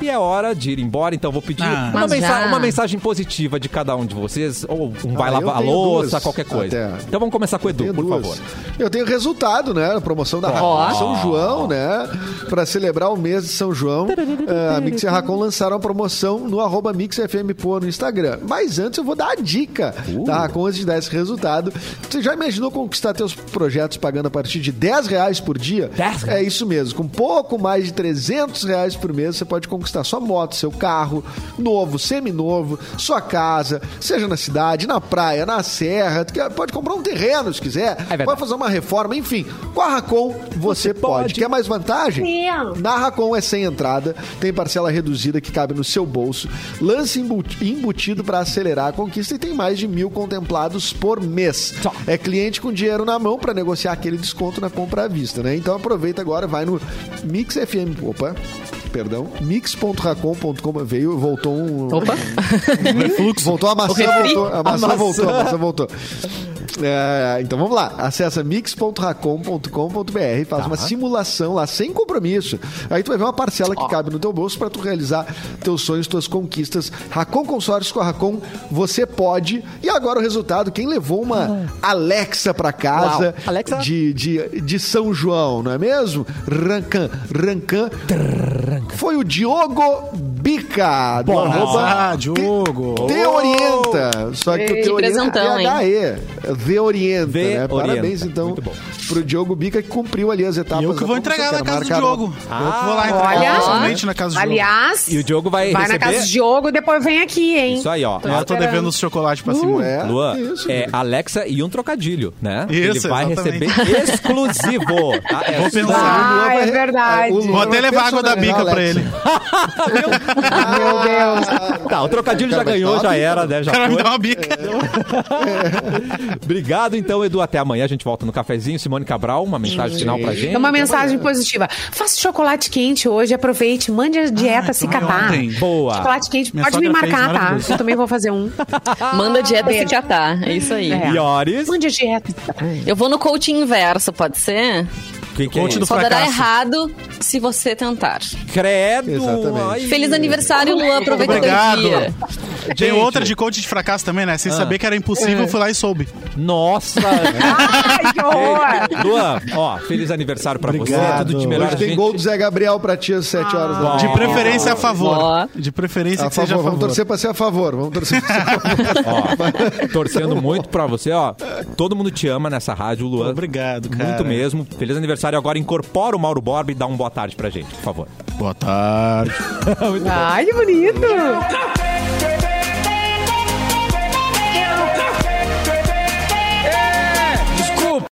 [SPEAKER 1] E é hora de ir embora, então vou pedir
[SPEAKER 5] Ah.
[SPEAKER 1] uma,
[SPEAKER 4] Mas
[SPEAKER 1] mensa-
[SPEAKER 4] já.
[SPEAKER 1] uma mensagem positiva de cada um de vocês, ou um vai
[SPEAKER 2] Ah, eu
[SPEAKER 1] lavar a
[SPEAKER 2] tenho
[SPEAKER 1] louça,
[SPEAKER 2] duas
[SPEAKER 1] qualquer coisa.
[SPEAKER 2] até.
[SPEAKER 1] Então vamos começar com o Edu,
[SPEAKER 2] Tenho
[SPEAKER 1] por
[SPEAKER 2] duas.
[SPEAKER 1] favor.
[SPEAKER 2] Eu tenho resultado, né? A promoção da Racon São João, né? Pra celebrar o mês de São João, eh, a Mix e a Racon lançaram a promoção no arroba MixFMPô no Instagram. Mas antes eu vou dar a dica
[SPEAKER 1] Uh.
[SPEAKER 2] da Racon antes de dar esse resultado. Você já imaginou conquistar teus projetos pagando a partir de 10 reais por dia?
[SPEAKER 1] 10 reais?
[SPEAKER 2] É isso mesmo. Com pouco mais de 300 reais por mês, você pode conquistar sua moto, seu carro, novo, seminovo, sua casa, seja na cidade, na praia, na serra. tu quer- Pode comprar um terreno se quiser.
[SPEAKER 1] verdade.
[SPEAKER 2] pode fazer uma reforma, enfim. Com a Racon, É você, pode.
[SPEAKER 1] pode.
[SPEAKER 2] Quer mais vantagem?
[SPEAKER 3] Sim.
[SPEAKER 2] Na Racon é sem entrada, tem parcela reduzida que cabe no seu bolso, lance embu- embutido para acelerar a conquista e tem mais de mil contemplados por mês.
[SPEAKER 1] Só.
[SPEAKER 2] É cliente com dinheiro na mão para negociar aquele desconto na compra à vista, né? Então aproveita agora, vai no Mix FM, opa, perdão, mix.racon.com, veio, voltou um...
[SPEAKER 4] Opa.
[SPEAKER 2] Voltou a maçã,
[SPEAKER 4] O refri?
[SPEAKER 2] voltou, a maçã,
[SPEAKER 1] maçã.
[SPEAKER 2] voltou, a maçã voltou. É, então vamos lá, acessa mix.racom.com.br, faz uma simulação lá sem compromisso. Aí tu vai ver uma parcela que cabe no teu bolso para tu realizar teus sonhos, tuas conquistas. Racon Consórcios com a Racon, você pode. E agora o resultado, quem levou uma Alexa para casa
[SPEAKER 1] Uau. Alexa?
[SPEAKER 2] De, de, de São João, não é mesmo? Rancan, Rancan. Foi o Diogo Bica, do arroba
[SPEAKER 5] Ah, Diogo. Oh.
[SPEAKER 2] te orienta. Só que o
[SPEAKER 4] Que
[SPEAKER 2] te orienta
[SPEAKER 4] presentão, hein?
[SPEAKER 2] é VE orienta,
[SPEAKER 1] Vê
[SPEAKER 2] né? Parabéns
[SPEAKER 1] orienta.
[SPEAKER 2] então
[SPEAKER 1] Muito bom.
[SPEAKER 2] pro Diogo Bica que cumpriu ali as etapas.
[SPEAKER 5] E eu que
[SPEAKER 2] da
[SPEAKER 5] vou
[SPEAKER 2] Copa
[SPEAKER 5] entregar na
[SPEAKER 2] Soccer,
[SPEAKER 5] casa do
[SPEAKER 2] marcaram-
[SPEAKER 5] Diogo. eu que vou lá entregar
[SPEAKER 3] Olha.
[SPEAKER 5] pessoalmente na casa do Diogo.
[SPEAKER 3] Aliás,
[SPEAKER 1] E o Diogo vai,
[SPEAKER 3] vai na
[SPEAKER 1] receber...
[SPEAKER 3] casa de Diogo e depois vem aqui, hein?
[SPEAKER 1] Isso aí, ó.
[SPEAKER 5] Eu tô devendo os chocolates pra Simone.
[SPEAKER 2] é.
[SPEAKER 1] Luan,
[SPEAKER 2] Tá. isso,
[SPEAKER 1] é
[SPEAKER 2] cara.
[SPEAKER 1] Alexa e um trocadilho, né? Ele
[SPEAKER 5] Isso,
[SPEAKER 1] vai
[SPEAKER 5] exatamente.
[SPEAKER 1] receber exclusivo. tá? É só-
[SPEAKER 5] Vou
[SPEAKER 2] O
[SPEAKER 5] pensar.
[SPEAKER 2] Luan
[SPEAKER 3] Ah,
[SPEAKER 2] vai-
[SPEAKER 3] é verdade.
[SPEAKER 2] o
[SPEAKER 3] Meu
[SPEAKER 2] Luan
[SPEAKER 5] Vou até
[SPEAKER 2] vai
[SPEAKER 5] levar água da bica
[SPEAKER 2] personalizar, Ah,
[SPEAKER 5] pra ele.
[SPEAKER 2] Alexa.
[SPEAKER 3] Deus.
[SPEAKER 2] ah,
[SPEAKER 1] Tá, o trocadilho já
[SPEAKER 2] Cara, mas
[SPEAKER 1] ganhou,
[SPEAKER 2] tá
[SPEAKER 1] já
[SPEAKER 2] ótimo.
[SPEAKER 1] era, né?
[SPEAKER 5] O
[SPEAKER 1] Já
[SPEAKER 5] cara me
[SPEAKER 1] foi.
[SPEAKER 5] dá uma bica.
[SPEAKER 1] Obrigado, então, Edu. Até amanhã. A gente volta no cafezinho. Simone Cabral, uma mensagem final pra gente.
[SPEAKER 3] É uma mensagem positiva. Faça chocolate quente hoje, aproveite, mande a dieta se
[SPEAKER 5] tomei
[SPEAKER 3] catar.
[SPEAKER 5] então é ontem.
[SPEAKER 1] Boa.
[SPEAKER 3] Chocolate quente,
[SPEAKER 5] Minha
[SPEAKER 3] pode me
[SPEAKER 5] sogra fez,
[SPEAKER 3] marcar, tá?
[SPEAKER 5] maravilhoso.
[SPEAKER 3] Eu também vou fazer um.
[SPEAKER 4] Manda a dieta se
[SPEAKER 3] Beijo.
[SPEAKER 4] catar. É isso aí.
[SPEAKER 3] É.
[SPEAKER 1] Iores.
[SPEAKER 3] Mande a dieta.
[SPEAKER 4] Eu vou no coaching inverso, pode ser?
[SPEAKER 1] Quem que é
[SPEAKER 5] Conte do
[SPEAKER 1] esse?
[SPEAKER 4] Só dará
[SPEAKER 5] fracasso.
[SPEAKER 4] errado se você tentar.
[SPEAKER 1] Credo.
[SPEAKER 2] Exatamente.
[SPEAKER 1] ai.
[SPEAKER 4] Feliz aniversário, Luan. Aproveita o teu
[SPEAKER 5] Obrigado.
[SPEAKER 4] dia.
[SPEAKER 5] Tem
[SPEAKER 1] Gente.
[SPEAKER 5] outra de coach de fracasso também, né? Sem
[SPEAKER 1] Ah.
[SPEAKER 5] saber que era impossível, eu fui lá e soube.
[SPEAKER 1] Nossa.
[SPEAKER 2] É.
[SPEAKER 3] Ai, que horror!
[SPEAKER 1] Gente, Luan, ó, feliz aniversário pra você. é
[SPEAKER 5] Obrigado.
[SPEAKER 1] Tudo de melhor.
[SPEAKER 2] Hoje tem
[SPEAKER 1] gente.
[SPEAKER 2] gol do Zé Gabriel pra ti às
[SPEAKER 3] Ah.
[SPEAKER 2] 7 horas da noite.
[SPEAKER 5] De preferência a
[SPEAKER 4] Ó.
[SPEAKER 5] favor. De preferência
[SPEAKER 2] A
[SPEAKER 5] que seja a
[SPEAKER 2] favor, vamos
[SPEAKER 5] favor.
[SPEAKER 2] torcer pra ser a favor. Vamos torcer pra ser a favor.
[SPEAKER 1] Ó, torcendo muito pra você, ó. Todo mundo te ama nessa rádio, Luan.
[SPEAKER 5] Obrigado, cara.
[SPEAKER 1] Muito mesmo. Feliz aniversário. Agora incorpora o Mauro Borba e dá um boa tarde pra gente, por favor.
[SPEAKER 5] Boa tarde.
[SPEAKER 3] Ai, que bonito!
[SPEAKER 6] Café